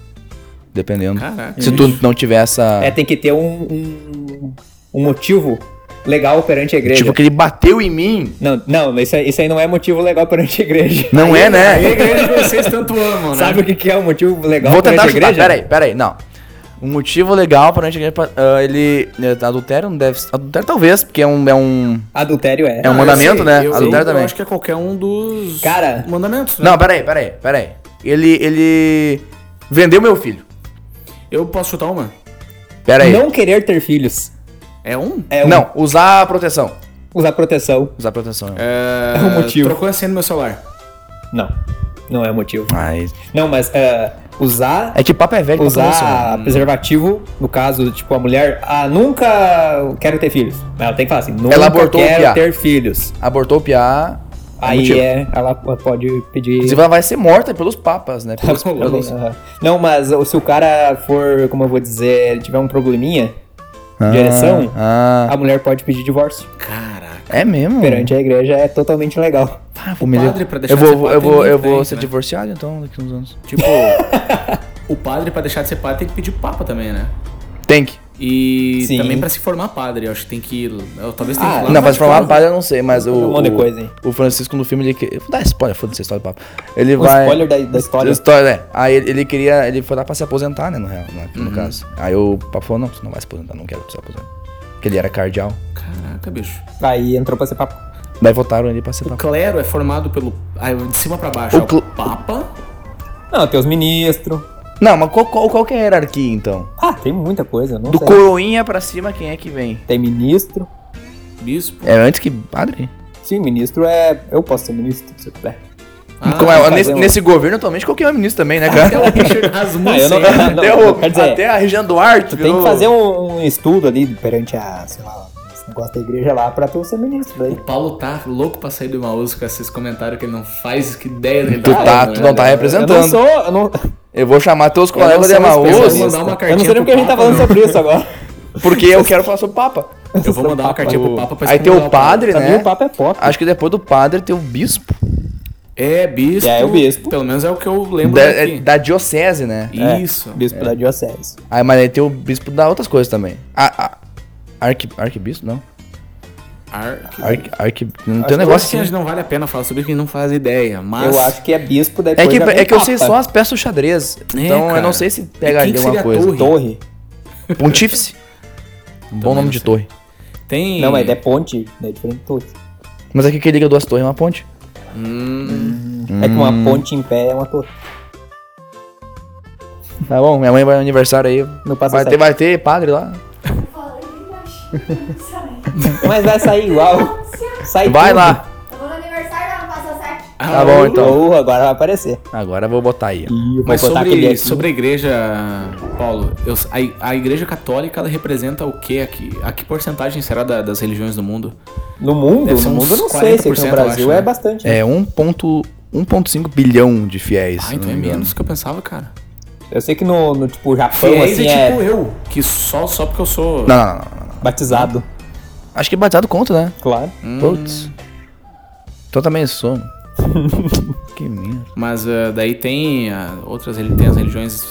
[SPEAKER 1] Dependendo.
[SPEAKER 2] Caraca.
[SPEAKER 1] Se tu não tiver essa. tipo,
[SPEAKER 3] É, tem que ter um, um, um motivo legal perante a igreja.
[SPEAKER 1] tipo, que ele bateu em mim.
[SPEAKER 3] Não, não, isso aí, isso aí não é motivo legal perante a igreja.
[SPEAKER 1] Não
[SPEAKER 3] [LAUGHS]
[SPEAKER 1] é, né?
[SPEAKER 2] É a igreja que vocês tanto amam, né?
[SPEAKER 3] Sabe o que, que é o motivo legal
[SPEAKER 1] Vou tentar
[SPEAKER 3] perante a
[SPEAKER 1] chutar,
[SPEAKER 3] igreja?
[SPEAKER 1] Ah, peraí, peraí, não. Um motivo legal pra gente ganhar. pra- ah, ele. eh, Adultério não deve. Adultério talvez, porque é um. É um...
[SPEAKER 3] Adultério é.
[SPEAKER 1] É um- mandamento,
[SPEAKER 2] eu sei,
[SPEAKER 1] né?
[SPEAKER 2] Eu,
[SPEAKER 1] Adultério
[SPEAKER 2] eu
[SPEAKER 1] também.
[SPEAKER 2] acho que é qualquer um dos
[SPEAKER 3] Cara.
[SPEAKER 2] mandamentos, né?
[SPEAKER 1] Não, peraí, peraí, peraí. Ele. Ele. Vendeu meu filho.
[SPEAKER 2] Eu posso chutar uma?
[SPEAKER 1] Peraí.
[SPEAKER 3] Não querer ter filhos.
[SPEAKER 2] É um?
[SPEAKER 3] É um-
[SPEAKER 1] Não, usar a proteção.
[SPEAKER 3] Usar proteção.
[SPEAKER 1] Usar a proteção.
[SPEAKER 2] É,
[SPEAKER 3] um motivo.
[SPEAKER 2] Trocou a senha do meu celular.
[SPEAKER 3] Não. Não é o motivo.
[SPEAKER 1] Mas.
[SPEAKER 3] Não, mas é, usar.
[SPEAKER 1] É que papo é velho, papo não sei, né?
[SPEAKER 3] Usar preservativo, no caso, tipo, a mulher, ah, nunca quero ter filhos. Ela tem que falar assim, nunca
[SPEAKER 1] Ela abortou o piá.
[SPEAKER 3] quero ter filhos.
[SPEAKER 1] Abortou o piá. é
[SPEAKER 3] Aí
[SPEAKER 1] motivo.
[SPEAKER 3] é, ela pode pedir.
[SPEAKER 1] Inclusive, ela vai ser morta pelos papas, né?
[SPEAKER 3] [LAUGHS]
[SPEAKER 1] Pelos,
[SPEAKER 2] Tá bom,
[SPEAKER 1] pelos-
[SPEAKER 3] Aham. Não, mas se o cara for, como eu vou dizer, ele tiver um probleminha,
[SPEAKER 1] Ah,
[SPEAKER 3] ereção?
[SPEAKER 1] Ah,
[SPEAKER 3] a mulher pode pedir divórcio.
[SPEAKER 2] Caraca.
[SPEAKER 1] é mesmo?
[SPEAKER 3] Perante a igreja é totalmente legal.
[SPEAKER 1] Ah, vou me
[SPEAKER 2] padre
[SPEAKER 1] livrar.
[SPEAKER 2] pra deixar
[SPEAKER 1] eu
[SPEAKER 2] de ser
[SPEAKER 1] vou,
[SPEAKER 2] padre
[SPEAKER 1] eu vou,
[SPEAKER 2] tem
[SPEAKER 1] eu
[SPEAKER 2] muito
[SPEAKER 1] vou
[SPEAKER 2] tempo,
[SPEAKER 1] ser
[SPEAKER 2] né?
[SPEAKER 1] divorciado então daqui uns anos.
[SPEAKER 2] Tipo, o padre pra deixar de ser padre tem que pedir papa também, né?
[SPEAKER 1] [LAUGHS] Tem que.
[SPEAKER 2] E
[SPEAKER 3] Sim.
[SPEAKER 2] também pra se formar padre, eu acho que tem que ir. eu- talvez tenha
[SPEAKER 3] Ah,
[SPEAKER 2] que ir lá. tipo,
[SPEAKER 1] Não,
[SPEAKER 2] no
[SPEAKER 1] pra se formar
[SPEAKER 2] Vaticano.
[SPEAKER 1] padre eu não sei, mas o.
[SPEAKER 3] Um monte de
[SPEAKER 1] o-
[SPEAKER 3] coisa, hein?
[SPEAKER 1] O Francisco no filme, ele. que- Vou dar spoiler, foda-se a história do papo. Ele
[SPEAKER 3] Um
[SPEAKER 1] vai.
[SPEAKER 3] spoiler da, da história.
[SPEAKER 1] História, é. Aí ele, ele queria. Ele foi lá pra se aposentar, né? No, real, no, no caso. Aí o papo falou: não, você não vai se aposentar, não quero se aposentar. Porque ele era cardeal.
[SPEAKER 2] Caraca, bicho.
[SPEAKER 3] Aí entrou pra ser papo.
[SPEAKER 1] Daí votaram ele pra ser
[SPEAKER 2] O
[SPEAKER 1] papo.
[SPEAKER 2] clero é formado pelo. ah, De cima pra baixo.
[SPEAKER 1] O
[SPEAKER 2] é O,
[SPEAKER 1] cl-
[SPEAKER 2] Papa.
[SPEAKER 3] Não, tem os ministros.
[SPEAKER 1] Não, mas qual, qual, qual que é a hierarquia então?
[SPEAKER 3] Ah, tem muita coisa, não
[SPEAKER 1] Do
[SPEAKER 3] sei.
[SPEAKER 1] coroinha pra cima, quem é que vem?
[SPEAKER 3] Tem ministro.
[SPEAKER 2] Bispo.
[SPEAKER 1] É antes que padre?
[SPEAKER 3] Sim, ministro é. Eu posso ser ministro, se eu quiser.
[SPEAKER 2] Ah,
[SPEAKER 1] Como é,
[SPEAKER 3] fazer
[SPEAKER 1] nesse,
[SPEAKER 3] um-
[SPEAKER 1] nesse governo atualmente qualquer um é ministro também, né, cara?
[SPEAKER 2] Até
[SPEAKER 1] [LAUGHS]
[SPEAKER 2] o Richard Rasmussen.
[SPEAKER 3] Ah, eu não-
[SPEAKER 2] né?
[SPEAKER 1] até, o-
[SPEAKER 3] quer dizer,
[SPEAKER 1] até a região Duarte
[SPEAKER 3] Tu tem que fazer um, um estudo ali perante a, sei lá, esse negócio da igreja lá pra tu ser ministro daí.
[SPEAKER 2] O Paulo tá louco pra sair do Maús com esses comentários que ele não faz que ideia dele
[SPEAKER 1] Tu tá, tu
[SPEAKER 2] né?
[SPEAKER 1] não tá
[SPEAKER 3] Eu
[SPEAKER 1] representando.
[SPEAKER 3] não
[SPEAKER 1] Eu,
[SPEAKER 3] sou. Eu não,
[SPEAKER 1] vou chamar teus colegas de
[SPEAKER 3] sou
[SPEAKER 2] Eu vou
[SPEAKER 1] Amaús,
[SPEAKER 2] mandar uma
[SPEAKER 3] eu não
[SPEAKER 2] cartinha
[SPEAKER 3] sei nem
[SPEAKER 2] pro
[SPEAKER 3] porque a gente tá
[SPEAKER 2] Papa,
[SPEAKER 3] falando
[SPEAKER 2] não.
[SPEAKER 3] sobre
[SPEAKER 2] [LAUGHS]
[SPEAKER 3] isso agora.
[SPEAKER 1] porque eu quero falar sobre o Papa.
[SPEAKER 2] Eu vou mandar uma cartinha pro Papa pra
[SPEAKER 1] Aí tem
[SPEAKER 2] excomungar
[SPEAKER 1] o padre,
[SPEAKER 3] Pra mim
[SPEAKER 1] né?
[SPEAKER 3] o papo é pop.
[SPEAKER 1] Acho que depois do padre tem o bispo
[SPEAKER 2] É, bispo.
[SPEAKER 3] É, é o bispo.
[SPEAKER 2] Pelo menos é o que eu lembro
[SPEAKER 1] da,
[SPEAKER 2] daqui.
[SPEAKER 1] da diocese, né?
[SPEAKER 3] É,
[SPEAKER 2] Isso.
[SPEAKER 3] Bispo da diocese.
[SPEAKER 1] Aí, Ah, mas aí tem o bispo da outras coisas também. A, a, arqui, arquibispo? Não.
[SPEAKER 2] Ar-
[SPEAKER 1] Arqui, arqui, não tem um
[SPEAKER 3] Acho que
[SPEAKER 2] Eu acho
[SPEAKER 1] negócio
[SPEAKER 2] que
[SPEAKER 1] assim.
[SPEAKER 2] não vale a pena falar sobre quem não faz ideia, mas.
[SPEAKER 3] Eu acho que é bispo da
[SPEAKER 1] É que,
[SPEAKER 2] né?
[SPEAKER 1] é que eu sei só as peças do xadrez. Então eu
[SPEAKER 2] Ah, tá. É, cara.
[SPEAKER 1] não sei se pega ali
[SPEAKER 2] E quem que
[SPEAKER 1] alguma
[SPEAKER 2] seria
[SPEAKER 1] coisa.
[SPEAKER 2] torre?
[SPEAKER 3] Torre.
[SPEAKER 2] [LAUGHS]
[SPEAKER 1] Pontífice? Um bom nome de torre.
[SPEAKER 2] Tem.
[SPEAKER 3] Não, é da ponte, né? Diferente de torre.
[SPEAKER 1] Mas aqui que liga duas torres é uma ponte.
[SPEAKER 2] Hum,
[SPEAKER 3] É que uma ponte em pé é uma torre.
[SPEAKER 1] Tá bom, minha mãe vai no aniversário aí.
[SPEAKER 3] Não
[SPEAKER 2] Tá
[SPEAKER 3] passa
[SPEAKER 1] Vai ter, vai ter padre lá.
[SPEAKER 4] Fala bem [LAUGHS] baixinho, sabe?
[SPEAKER 3] Mas vai sair igual. Sai
[SPEAKER 1] Vai
[SPEAKER 3] tudo.
[SPEAKER 1] lá.
[SPEAKER 4] Eu vou no é aniversário, não passa certo.
[SPEAKER 1] Tá bom então.
[SPEAKER 3] Então, agora vai aparecer.
[SPEAKER 1] Agora eu vou botar aí. ó.
[SPEAKER 3] Ih, eu vou
[SPEAKER 2] Mas
[SPEAKER 3] botar aquele
[SPEAKER 2] sobre,
[SPEAKER 3] aqui.
[SPEAKER 2] sobre a igreja, Paulo, eu- a, a igreja católica ela representa o que aqui? A que porcentagem será da- das religiões do mundo?
[SPEAKER 3] No mundo?
[SPEAKER 2] Deve ser
[SPEAKER 3] No
[SPEAKER 2] uns
[SPEAKER 3] mundo eu não sei. Se aqui
[SPEAKER 2] 40%,
[SPEAKER 3] no
[SPEAKER 2] eu
[SPEAKER 3] Brasil
[SPEAKER 2] acho, né?
[SPEAKER 3] é bastante. né?
[SPEAKER 1] É 1,5 bilhão de fiéis.
[SPEAKER 2] Ah,
[SPEAKER 1] se
[SPEAKER 2] então
[SPEAKER 1] não
[SPEAKER 2] é
[SPEAKER 1] me engano.
[SPEAKER 2] menos do que eu pensava, cara.
[SPEAKER 3] Eu sei que no, no tipo, Japão,
[SPEAKER 2] Fiéis
[SPEAKER 3] assim,
[SPEAKER 2] é
[SPEAKER 3] é,
[SPEAKER 2] tipo eu, que só, só porque eu sou.
[SPEAKER 1] Não, não, não, não, não.
[SPEAKER 3] batizado,
[SPEAKER 1] Acho que batizado conta, né?
[SPEAKER 3] claro.
[SPEAKER 1] Putz. Então também sou. [LAUGHS] que merda.
[SPEAKER 2] Mas eh, daí tem ah, outras reli- tem as religiões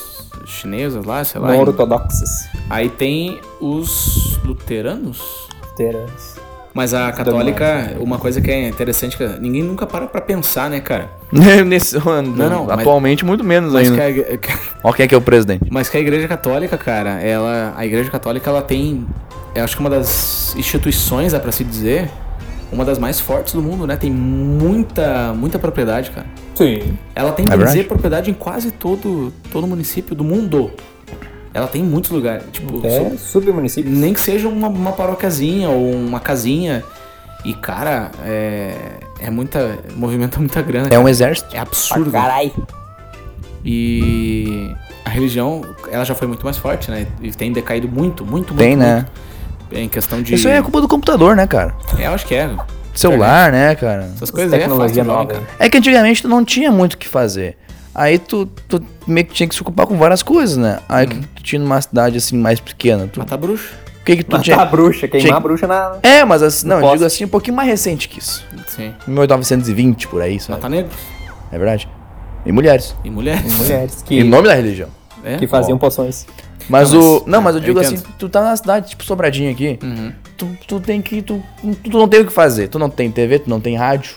[SPEAKER 2] chinesas lá, sei lá.
[SPEAKER 3] Não é ortodoxos.
[SPEAKER 2] Aí tem os luteranos?
[SPEAKER 3] Luteranos.
[SPEAKER 2] Mas a católica, uma coisa que é interessante, que ninguém nunca para pra pensar, né, cara?
[SPEAKER 1] Nesse ano.
[SPEAKER 2] Não, não, mas-
[SPEAKER 1] atualmente muito menos
[SPEAKER 2] Mas
[SPEAKER 1] ainda.
[SPEAKER 3] né?
[SPEAKER 2] que, a, que-
[SPEAKER 1] Ó, quem é que é o presidente?
[SPEAKER 2] mas que a igreja católica, cara, ela. A igreja católica ela tem. Eu acho que uma das instituições, dá pra se dizer, uma das mais fortes do mundo, né? Tem muita, muita propriedade, cara.
[SPEAKER 3] Sim.
[SPEAKER 2] Ela tem,
[SPEAKER 1] É
[SPEAKER 2] é
[SPEAKER 1] verdade.
[SPEAKER 2] dizer, propriedade em quase todo, todo município do mundo. Ela tem em muitos lugares. Tipo,
[SPEAKER 3] É submunicípio.
[SPEAKER 2] nem que seja uma, uma paroquiazinha ou uma casinha. E, cara, é, é muita. Movimenta muita grana.
[SPEAKER 1] É um exército.
[SPEAKER 2] É absurdo.
[SPEAKER 3] Ah, Carai.
[SPEAKER 2] E a religião, ela já foi muito mais forte, né? E tem decaído muito, muito,
[SPEAKER 1] Tem,
[SPEAKER 2] muito.
[SPEAKER 1] né?
[SPEAKER 2] muito. Em questão de.
[SPEAKER 1] Isso aí é culpa do computador, né, cara?
[SPEAKER 2] É, eu acho que é.
[SPEAKER 1] Celular, né, cara?
[SPEAKER 2] Essas coisas aí é
[SPEAKER 3] Tecnologia
[SPEAKER 2] fácil, jovem,
[SPEAKER 3] nova.
[SPEAKER 2] cara.
[SPEAKER 1] É que antigamente tu não tinha muito o que fazer. Aí tu, tu meio que tinha que se ocupar com várias coisas, né? Aí que tu tinha numa cidade assim mais pequena. Tu,
[SPEAKER 2] Matar bruxo.
[SPEAKER 1] o que que tu
[SPEAKER 3] Matar a
[SPEAKER 1] tinha?
[SPEAKER 3] bruxa, queimar
[SPEAKER 1] tinha-
[SPEAKER 3] a bruxa na.
[SPEAKER 1] É, mas assim, tá não, eu
[SPEAKER 3] poste.
[SPEAKER 1] digo assim, um pouquinho mais recente que isso.
[SPEAKER 2] Sim.
[SPEAKER 1] 1920 por aí, sabe?
[SPEAKER 2] Matar negros.
[SPEAKER 1] É verdade. E mulheres.
[SPEAKER 2] E
[SPEAKER 1] Hum.
[SPEAKER 2] mulheres.
[SPEAKER 3] Mulheres que,
[SPEAKER 1] Em nome da religião.
[SPEAKER 2] [LAUGHS] É.
[SPEAKER 3] que faziam poções.
[SPEAKER 1] Mas
[SPEAKER 2] Não,
[SPEAKER 1] o.
[SPEAKER 2] mas-
[SPEAKER 1] Não, mas eu
[SPEAKER 2] eu
[SPEAKER 1] digo assim,
[SPEAKER 2] entendo.
[SPEAKER 1] tu tá na cidade, tipo, sobradinha aqui,
[SPEAKER 2] Uhum.
[SPEAKER 1] tu, tu tem que. Tu, tu não tem o que fazer. Tu não tem TV, tu não tem rádio.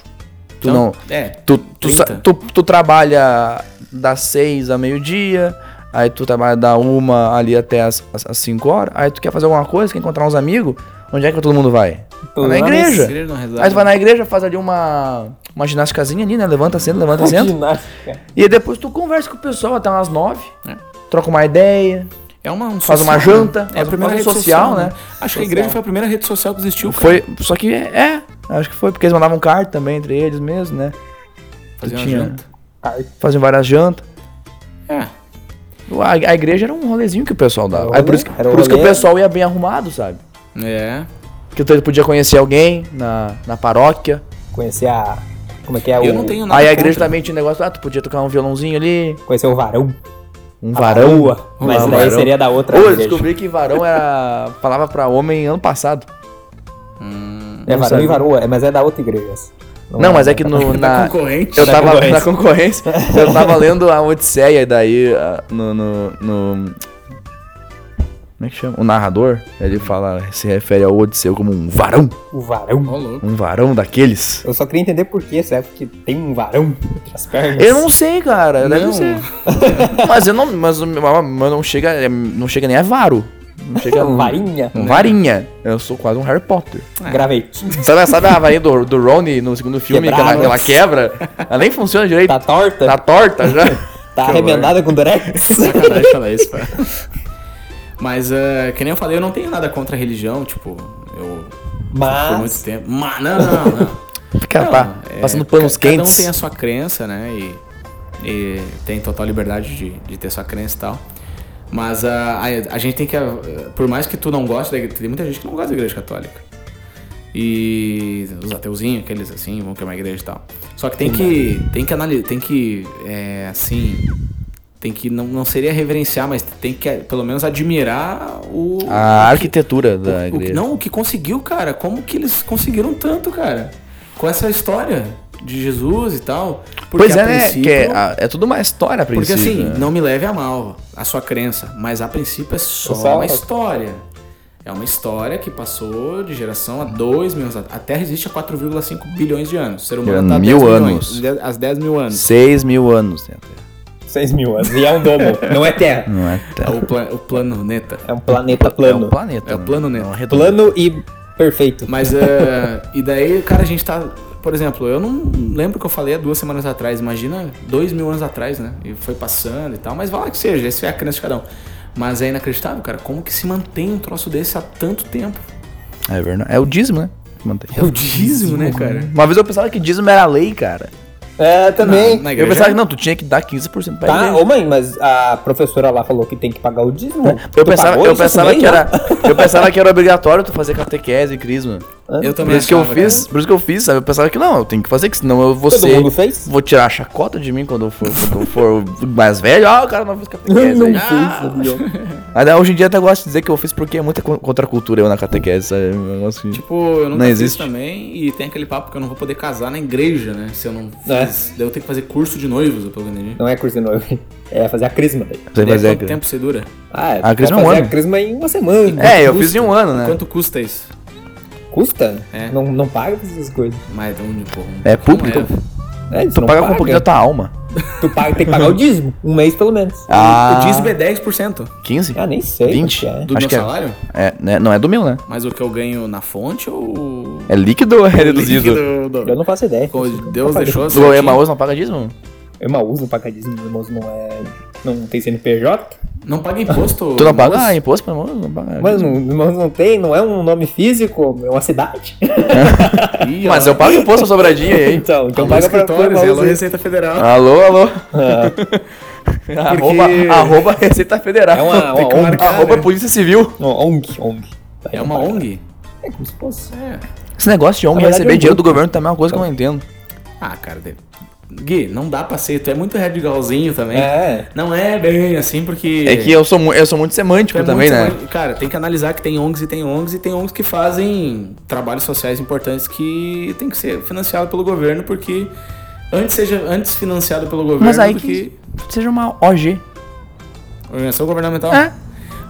[SPEAKER 1] Tu não.
[SPEAKER 2] É.
[SPEAKER 1] Tu, tu, sa-
[SPEAKER 2] 30.
[SPEAKER 1] tu, tu trabalha das seis a meio-dia, aí tu trabalha da uma ali até as, as, as cinco horas, aí tu quer fazer alguma coisa, quer encontrar uns amigos, onde é que todo mundo vai? Vai na
[SPEAKER 3] Lá nesse
[SPEAKER 1] igreja.
[SPEAKER 2] Igreja não rezava.
[SPEAKER 1] Aí tu vai na igreja, faz ali uma, uma ginásticazinha ali, né? Levanta, senta, levanta, senta.
[SPEAKER 3] Ginástica.
[SPEAKER 1] E aí depois tu conversa com o pessoal até umas nove,
[SPEAKER 2] É.
[SPEAKER 1] troca uma ideia.
[SPEAKER 2] É uma, um
[SPEAKER 1] Faz uma
[SPEAKER 2] social, né?
[SPEAKER 1] janta,
[SPEAKER 2] É
[SPEAKER 1] faz
[SPEAKER 2] a
[SPEAKER 1] um-
[SPEAKER 2] primeira
[SPEAKER 1] faz
[SPEAKER 2] rede
[SPEAKER 1] um social,
[SPEAKER 2] social,
[SPEAKER 1] né?
[SPEAKER 2] né? Acho que a igreja foi a primeira rede social que existiu, cara.
[SPEAKER 1] Foi, só que é, é, acho que foi, porque eles mandavam carta também entre eles mesmo, né?
[SPEAKER 2] Fazer uma
[SPEAKER 1] tinha.
[SPEAKER 2] janta.
[SPEAKER 1] Faziam várias jantas.
[SPEAKER 2] É.
[SPEAKER 1] A, a igreja era um rolezinho que o pessoal dava.
[SPEAKER 3] Era um
[SPEAKER 1] Aí por
[SPEAKER 3] rolê,
[SPEAKER 1] isso, que,
[SPEAKER 3] era
[SPEAKER 1] por isso que o
[SPEAKER 3] rolê.
[SPEAKER 1] pessoal ia bem arrumado, sabe?
[SPEAKER 2] É.
[SPEAKER 1] Que tu podia conhecer alguém na, na paróquia.
[SPEAKER 3] Conhecer a. Como é que é o.
[SPEAKER 2] Eu não tenho nada
[SPEAKER 1] Aí a
[SPEAKER 2] contra.
[SPEAKER 1] igreja também tinha um negócio, ah, tu podia tocar um violãozinho ali,
[SPEAKER 3] Conhecer o varão.
[SPEAKER 1] um varão.
[SPEAKER 3] Boa. Mas
[SPEAKER 1] Varão.
[SPEAKER 3] daí seria da outra.
[SPEAKER 1] Ô, eu
[SPEAKER 3] Ah, igreja.
[SPEAKER 1] descobri que varão era palavra pra homem ano passado.
[SPEAKER 3] É varão
[SPEAKER 1] sabe.
[SPEAKER 3] e varoa, é, mas é da outra igreja. essa.
[SPEAKER 1] Não, mas é que no,
[SPEAKER 2] Da
[SPEAKER 3] [LAUGHS]
[SPEAKER 1] na,
[SPEAKER 2] concorrente.
[SPEAKER 1] eu
[SPEAKER 3] Da
[SPEAKER 1] tava [LAUGHS]
[SPEAKER 3] concorrência.
[SPEAKER 1] na concorrência,
[SPEAKER 3] [LAUGHS]
[SPEAKER 1] eu tava lendo a Odisseia, e daí ah, no, no, no- Como é que chama? O narrador, ele fala, se refere ao Odisseu como um varão.
[SPEAKER 3] O varão.
[SPEAKER 2] Ó, louco.
[SPEAKER 1] Um varão daqueles.
[SPEAKER 3] Eu só queria entender por que, será porque tem um varão entre as pernas?
[SPEAKER 1] Eu não sei, cara. Deve
[SPEAKER 2] Não.
[SPEAKER 1] ser. [LAUGHS] mas eu não. Mas, mas não chega. Não chega nem a varo. Não chega.
[SPEAKER 3] Uma [LAUGHS] varinha.
[SPEAKER 1] Um varinha. Eu sou quase um Harry Potter.
[SPEAKER 3] Gravei.
[SPEAKER 1] Sabe, sabe a varinha do, do Rony no segundo filme, que ela,
[SPEAKER 3] Quebraram.
[SPEAKER 1] que ela quebra? Ela nem funciona direito.
[SPEAKER 3] Tá
[SPEAKER 1] Tá,
[SPEAKER 3] torta? Tá,
[SPEAKER 1] torta já.
[SPEAKER 3] [LAUGHS] arremendada
[SPEAKER 1] [LAUGHS]
[SPEAKER 3] com durex?
[SPEAKER 2] Sacanagem falar isso, pá. [LAUGHS] Mas, eh, que nem eu falei, eu não tenho nada contra a religião, tipo, eu. Por
[SPEAKER 3] Mas.
[SPEAKER 2] muito tempo. Mas, não, não, não.
[SPEAKER 1] Fica
[SPEAKER 2] Não,
[SPEAKER 1] pá,
[SPEAKER 2] é,
[SPEAKER 1] passando panos
[SPEAKER 2] ca- cada
[SPEAKER 1] quentes.
[SPEAKER 2] um tem a sua crença, né? E, e tem total liberdade de, de ter sua crença e tal. Mas a, a, a gente tem que. ah, Por mais que tu não goste da igreja, tem muita gente que não gosta da igreja católica. E os ateuzinhos, aqueles assim, vão queimar a igreja e tal. Só que tem que. Tem que analisar. Tem que. É, assim. Tem que. Não, não seria reverenciar, mas tem que eh, pelo menos admirar o.
[SPEAKER 1] A arquitetura da
[SPEAKER 2] O- o-
[SPEAKER 1] igreja.
[SPEAKER 2] não, o que conseguiu, cara? Como que eles conseguiram tanto, cara? Com essa história de Jesus e tal. Porque
[SPEAKER 1] pois
[SPEAKER 2] a
[SPEAKER 1] é, né?
[SPEAKER 2] princípio-
[SPEAKER 1] Que é, a- é tudo uma história a
[SPEAKER 2] porque
[SPEAKER 1] princípio.
[SPEAKER 2] assim,
[SPEAKER 1] né?
[SPEAKER 2] não me leve a mal a sua crença, mas a princípio é só
[SPEAKER 3] Só-
[SPEAKER 2] uma história. É uma história que passou de geração a 2 mil anos. A Terra existe há 4,5 bilhões de anos. O ser humano
[SPEAKER 1] Era
[SPEAKER 2] tá há
[SPEAKER 1] É mil
[SPEAKER 2] 10
[SPEAKER 1] anos.
[SPEAKER 2] Milhões, há 10 mil anos.
[SPEAKER 1] 6 mil anos dentro.
[SPEAKER 3] 6 mil anos. E é um domo, não é terra.
[SPEAKER 1] Não é
[SPEAKER 2] É
[SPEAKER 1] tão.
[SPEAKER 2] o, plan, o planeta.
[SPEAKER 3] É um planeta
[SPEAKER 1] É um
[SPEAKER 3] plano.
[SPEAKER 1] planeta.
[SPEAKER 2] É o
[SPEAKER 1] né?
[SPEAKER 2] plano, né?
[SPEAKER 1] É uma redonda.
[SPEAKER 3] Plano e perfeito.
[SPEAKER 2] Mas, é, e daí, cara, a gente tá. Por exemplo, eu não lembro o que eu falei há duas semanas atrás, imagina dois mil anos atrás, né? E foi passando e tal, mas vai lá que seja, esse é a crença de cada um. Mas é inacreditável, cara, como que se mantém um troço desse há tanto tempo?
[SPEAKER 1] É verdade. É o dízimo, né? Que mantém.
[SPEAKER 2] É o dízimo, né, cara?
[SPEAKER 1] Uma vez eu pensava que dízimo era lei, cara.
[SPEAKER 3] É, também.
[SPEAKER 2] Na- na
[SPEAKER 1] Eu
[SPEAKER 2] igreja?
[SPEAKER 1] pensava que não, tu tinha que dar 15% pra
[SPEAKER 3] Tá,
[SPEAKER 1] igreja.
[SPEAKER 3] ô mãe, mas a professora lá falou que tem que pagar o dízimo.
[SPEAKER 1] É, Eu
[SPEAKER 3] Tu
[SPEAKER 1] pensava,
[SPEAKER 3] pagou
[SPEAKER 1] eu
[SPEAKER 3] isso
[SPEAKER 1] pensava
[SPEAKER 3] também,
[SPEAKER 1] que
[SPEAKER 3] não?
[SPEAKER 1] era, eu pensava que era obrigatório tu fazer catequese e crisma.
[SPEAKER 2] Eu
[SPEAKER 1] Por
[SPEAKER 2] também
[SPEAKER 1] isso que eu
[SPEAKER 2] achava, cara.
[SPEAKER 1] fiz, por isso que eu fiz, sabe? Eu pensava que não, eu tenho que fazer, que senão eu vou
[SPEAKER 3] Todo
[SPEAKER 1] ser-
[SPEAKER 3] mundo fez?
[SPEAKER 1] vou tirar a chacota de mim quando eu for, quando eu for mais velho. Ah, o cara não fez catequese.
[SPEAKER 3] Não
[SPEAKER 1] aí.
[SPEAKER 2] Ah,
[SPEAKER 3] fez, sabia?
[SPEAKER 1] Mas, né, hoje em dia eu até gosto de dizer que eu fiz porque é muita con- contracultura eu na catequese, sabe? Um negócio que-
[SPEAKER 2] [LAUGHS] Tipo, eu nunca
[SPEAKER 1] Não
[SPEAKER 2] fiz
[SPEAKER 1] existe.
[SPEAKER 2] também, e tem aquele papo que eu não vou poder casar na igreja, né? Se eu não fiz.
[SPEAKER 3] É.
[SPEAKER 2] Daí eu tenho que fazer curso de noivos, eu pelo menos.
[SPEAKER 3] Não é curso de noivo. É fazer a crisma. daí.
[SPEAKER 1] Sem fazer
[SPEAKER 2] Quanto
[SPEAKER 1] a-
[SPEAKER 2] tempo você dura?
[SPEAKER 3] Ah,
[SPEAKER 1] A
[SPEAKER 3] tu
[SPEAKER 1] crisma
[SPEAKER 3] vai
[SPEAKER 1] é um
[SPEAKER 3] fazer
[SPEAKER 1] ano.
[SPEAKER 3] a crisma em uma semana.
[SPEAKER 1] É, eu
[SPEAKER 2] Custa?
[SPEAKER 1] fiz em um ano, né?
[SPEAKER 2] Quanto custa isso?
[SPEAKER 3] Custa?
[SPEAKER 2] É.
[SPEAKER 3] Não, não paga essas coisas.
[SPEAKER 2] Mas onde, porra? um
[SPEAKER 1] É
[SPEAKER 2] como
[SPEAKER 1] público?
[SPEAKER 3] É, isso
[SPEAKER 1] Tu
[SPEAKER 3] não
[SPEAKER 1] paga com um pouquinho da tua alma.
[SPEAKER 3] Tu paga, tem
[SPEAKER 1] [LAUGHS]
[SPEAKER 3] que pagar o dízimo. Um mês pelo menos.
[SPEAKER 1] Ah,
[SPEAKER 2] O dízimo é 10%.
[SPEAKER 1] 15?
[SPEAKER 3] Ah, nem sei.
[SPEAKER 1] 20?
[SPEAKER 3] quanto que é.
[SPEAKER 2] Do
[SPEAKER 1] Acho
[SPEAKER 2] meu
[SPEAKER 1] que é.
[SPEAKER 2] salário?
[SPEAKER 1] É, né? Não é do meu, né?
[SPEAKER 2] Mas o que eu ganho na fonte ou.
[SPEAKER 1] É líquido ou é reduzido?
[SPEAKER 3] Eu não faço ideia.
[SPEAKER 2] Como
[SPEAKER 3] Nunca
[SPEAKER 2] Deus
[SPEAKER 3] paguei.
[SPEAKER 2] deixou assim.
[SPEAKER 1] O Emaús não paga dízimo?
[SPEAKER 3] Eu mal uso, não paga dízimo. Meu irmão não é... Não tem CNPJ?
[SPEAKER 2] Não paga imposto.
[SPEAKER 1] Tu não paga
[SPEAKER 2] moço.
[SPEAKER 1] ah, imposto pra Emaús? Não paga.
[SPEAKER 3] Mas não, irmão não tem, não é um nome físico, é uma cidade.
[SPEAKER 2] Ih,
[SPEAKER 1] Mas
[SPEAKER 2] ó,
[SPEAKER 1] eu pago imposto pra sobradinha [LAUGHS] aí.
[SPEAKER 3] [LAUGHS] Então, então
[SPEAKER 2] alô,
[SPEAKER 3] paga pra pra
[SPEAKER 2] escritórios,
[SPEAKER 3] irmão
[SPEAKER 2] alô,
[SPEAKER 3] usar.
[SPEAKER 2] é Receita Federal.
[SPEAKER 1] Alô,
[SPEAKER 3] [LAUGHS]
[SPEAKER 1] alô.
[SPEAKER 3] Ah,
[SPEAKER 1] Arroba, arroba Receita Federal.
[SPEAKER 3] É uma, uma ONG. né?
[SPEAKER 1] Arroba Polícia Civil.
[SPEAKER 3] Uma ONG. ONG.
[SPEAKER 2] É uma ONG?
[SPEAKER 3] É como se fosse.
[SPEAKER 2] É.
[SPEAKER 1] Esse negócio de ONG
[SPEAKER 3] Na verdade, é
[SPEAKER 1] receber
[SPEAKER 3] um
[SPEAKER 1] dinheiro do
[SPEAKER 3] grupo.
[SPEAKER 1] governo também é uma coisa que eu não entendo.
[SPEAKER 2] Ah, cara. de- Gui, não dá pra ser. Tu é muito radicalzinho também.
[SPEAKER 3] É.
[SPEAKER 2] Não é bem assim, porque.
[SPEAKER 1] É que eu sou, mu- eu sou muito
[SPEAKER 2] Tu
[SPEAKER 1] semântico
[SPEAKER 2] é
[SPEAKER 1] também,
[SPEAKER 2] muito
[SPEAKER 1] né?
[SPEAKER 2] sem- Cara, tem que analisar que tem ONGs e tem ONGs e tem ONGs que fazem trabalhos sociais importantes que tem que ser financiado pelo governo, porque antes seja antes financiado pelo governo
[SPEAKER 1] Mas aí
[SPEAKER 2] do que,
[SPEAKER 1] que seja uma OG.
[SPEAKER 2] organização governamental.
[SPEAKER 1] É.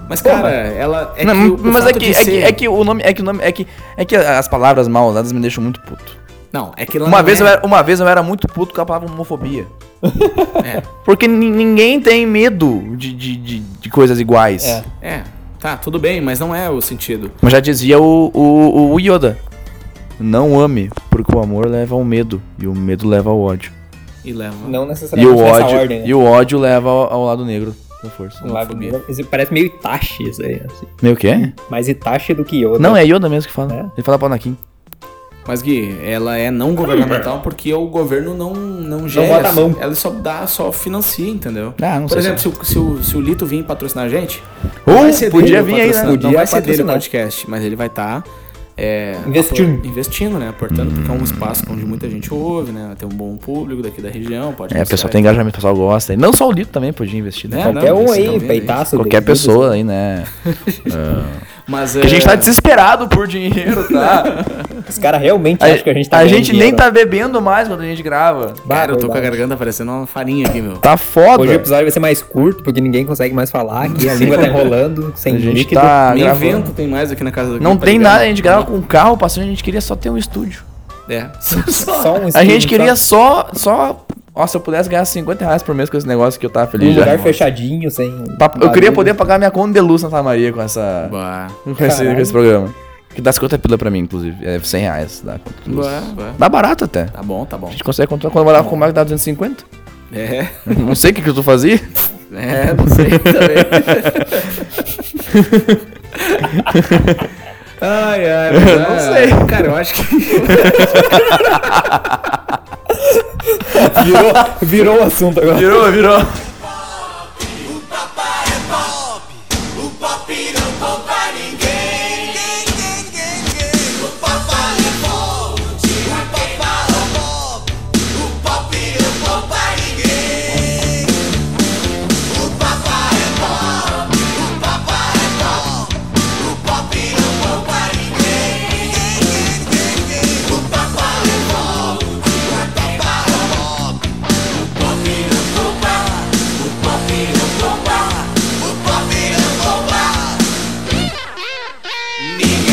[SPEAKER 2] Mas, cara, ela. É
[SPEAKER 1] Não,
[SPEAKER 2] que o- o
[SPEAKER 1] mas é
[SPEAKER 2] fato
[SPEAKER 1] que,
[SPEAKER 2] de
[SPEAKER 1] é, que,
[SPEAKER 2] ser-
[SPEAKER 1] é que o nome. É que o nome. É que, é que as palavras mal usadas me deixam muito puto.
[SPEAKER 2] Não, é que ela
[SPEAKER 1] Uma
[SPEAKER 2] não
[SPEAKER 1] vez,
[SPEAKER 2] é-
[SPEAKER 1] eu era, uma vez eu era muito puto com a palavra
[SPEAKER 3] [LAUGHS]
[SPEAKER 1] homofobia.
[SPEAKER 2] É.
[SPEAKER 1] Porque ni- ninguém tem medo de, de, de, de coisas iguais.
[SPEAKER 3] É.
[SPEAKER 2] É, tá, tudo bem, mas não é o sentido.
[SPEAKER 1] Mas já dizia o, o, o Yoda. Não ame, porque o amor leva ao medo. E o medo leva ao ódio.
[SPEAKER 2] E leva.
[SPEAKER 3] Não
[SPEAKER 1] E
[SPEAKER 3] necessariamente
[SPEAKER 1] o
[SPEAKER 3] nessa
[SPEAKER 1] ódio,
[SPEAKER 3] ordem, né?
[SPEAKER 1] e o ódio leva ao, ao lado negro da força.
[SPEAKER 3] Um lado
[SPEAKER 2] homofobia.
[SPEAKER 3] negro. Esse Parece meio Itachi isso aí. Assim.
[SPEAKER 1] Meio que?
[SPEAKER 3] Mais Itachi do que Yoda.
[SPEAKER 1] Não, é Yoda mesmo que fala.
[SPEAKER 3] É?
[SPEAKER 1] Ele fala pra Anakin.
[SPEAKER 2] Mas, Gui, ela é não governamental porque o governo não, não gera.
[SPEAKER 3] bota a mão.
[SPEAKER 2] Ela só dá, só financia, entendeu?
[SPEAKER 1] Ah, não
[SPEAKER 2] Por
[SPEAKER 1] sei se-
[SPEAKER 2] exemplo, se, o- se o, se o Lito vir patrocinar a gente,
[SPEAKER 1] Uh,
[SPEAKER 2] vai ser
[SPEAKER 1] podia
[SPEAKER 2] dele o
[SPEAKER 1] vir aí, né?
[SPEAKER 2] patrocinador, Não
[SPEAKER 3] Podia
[SPEAKER 2] vai ser dele o
[SPEAKER 3] patrocinar.
[SPEAKER 2] podcast, mas ele vai estar.
[SPEAKER 3] Investindo.
[SPEAKER 2] Investindo, né? Portanto, porque é
[SPEAKER 1] Hum.
[SPEAKER 2] um espaço onde muita gente ouve, né? Tem um bom público daqui da região, pode
[SPEAKER 1] É, o pessoal
[SPEAKER 2] mostrar.
[SPEAKER 1] tem engajamento, o pessoal gosta. E não só o Lito também podia investir, né?
[SPEAKER 2] É,
[SPEAKER 3] Qualquer
[SPEAKER 2] não,
[SPEAKER 3] um
[SPEAKER 2] esse não
[SPEAKER 3] aí,
[SPEAKER 2] vem,
[SPEAKER 3] peitaço.
[SPEAKER 1] Qualquer
[SPEAKER 3] dedo,
[SPEAKER 1] pessoa aí, né?
[SPEAKER 2] Mas
[SPEAKER 1] Que a gente tá
[SPEAKER 2] é,
[SPEAKER 1] desesperado por dinheiro,
[SPEAKER 3] [LAUGHS]
[SPEAKER 1] tá?
[SPEAKER 3] Os caras realmente
[SPEAKER 1] A,
[SPEAKER 3] acham que a gente tá
[SPEAKER 1] a
[SPEAKER 3] ganhando
[SPEAKER 1] gente nem
[SPEAKER 3] dinheiro.
[SPEAKER 1] tá bebendo mais quando a gente grava.
[SPEAKER 2] Bah, eu tô com a
[SPEAKER 3] Verdade.
[SPEAKER 2] garganta parecendo uma farinha aqui, meu.
[SPEAKER 1] Tá foda.
[SPEAKER 3] Hoje o episódio vai ser mais curto, porque ninguém consegue mais falar aqui,
[SPEAKER 1] [LAUGHS]
[SPEAKER 3] a língua tá enrolando, sem
[SPEAKER 1] a gente
[SPEAKER 3] líquido.
[SPEAKER 1] tá
[SPEAKER 2] Nem
[SPEAKER 1] gravando.
[SPEAKER 2] vento tem mais aqui na casa do
[SPEAKER 1] Não
[SPEAKER 2] tá
[SPEAKER 1] tem
[SPEAKER 2] ligado?
[SPEAKER 1] nada, a gente grava com um carro passando, a gente queria só ter um estúdio.
[SPEAKER 2] É. [LAUGHS] Só-
[SPEAKER 3] Só um
[SPEAKER 1] A
[SPEAKER 3] estúdio,
[SPEAKER 1] gente queria
[SPEAKER 3] só
[SPEAKER 1] só. só... Ó, se eu pudesse ganhar 50 reais por mês com esse negócio que eu tava
[SPEAKER 3] um
[SPEAKER 1] feliz já.
[SPEAKER 3] lugar fechadinho, sem.
[SPEAKER 1] Pra- Eu queria
[SPEAKER 3] barulho.
[SPEAKER 1] poder pagar minha conta de luz Santa Maria com essa.
[SPEAKER 2] Bah.
[SPEAKER 1] Com esse,
[SPEAKER 3] Caralho.
[SPEAKER 1] com esse programa. Que dá 50 pila pra mim, inclusive. É 100 reais dá conta de luz.
[SPEAKER 2] Bah, bah.
[SPEAKER 1] Dá barato até.
[SPEAKER 2] Tá bom, tá
[SPEAKER 1] A
[SPEAKER 2] bom.
[SPEAKER 1] gente consegue controlar. Quando eu morava com o Marco, dava
[SPEAKER 3] [LAUGHS]
[SPEAKER 1] 250.
[SPEAKER 2] É.
[SPEAKER 1] Não sei o que, que tu fazia.
[SPEAKER 2] É, não sei também. ai,
[SPEAKER 1] [LAUGHS]
[SPEAKER 2] ai, mas, eu não
[SPEAKER 1] sei.
[SPEAKER 2] Cara, eu acho que.
[SPEAKER 3] [LAUGHS] Virou, virou o assunto agora.
[SPEAKER 1] Virou, virou.
[SPEAKER 5] O papai é pop, o pop não poupa ninguém. O papai é pop, o papai é pop, o pop não poupa ninguém. O papai é pop, o papai é pop, o pop não poupa ninguém. O papai é pop, o papai é pop. O pop não poupa, o pop não poupa, o pop não poupa. Ninguém.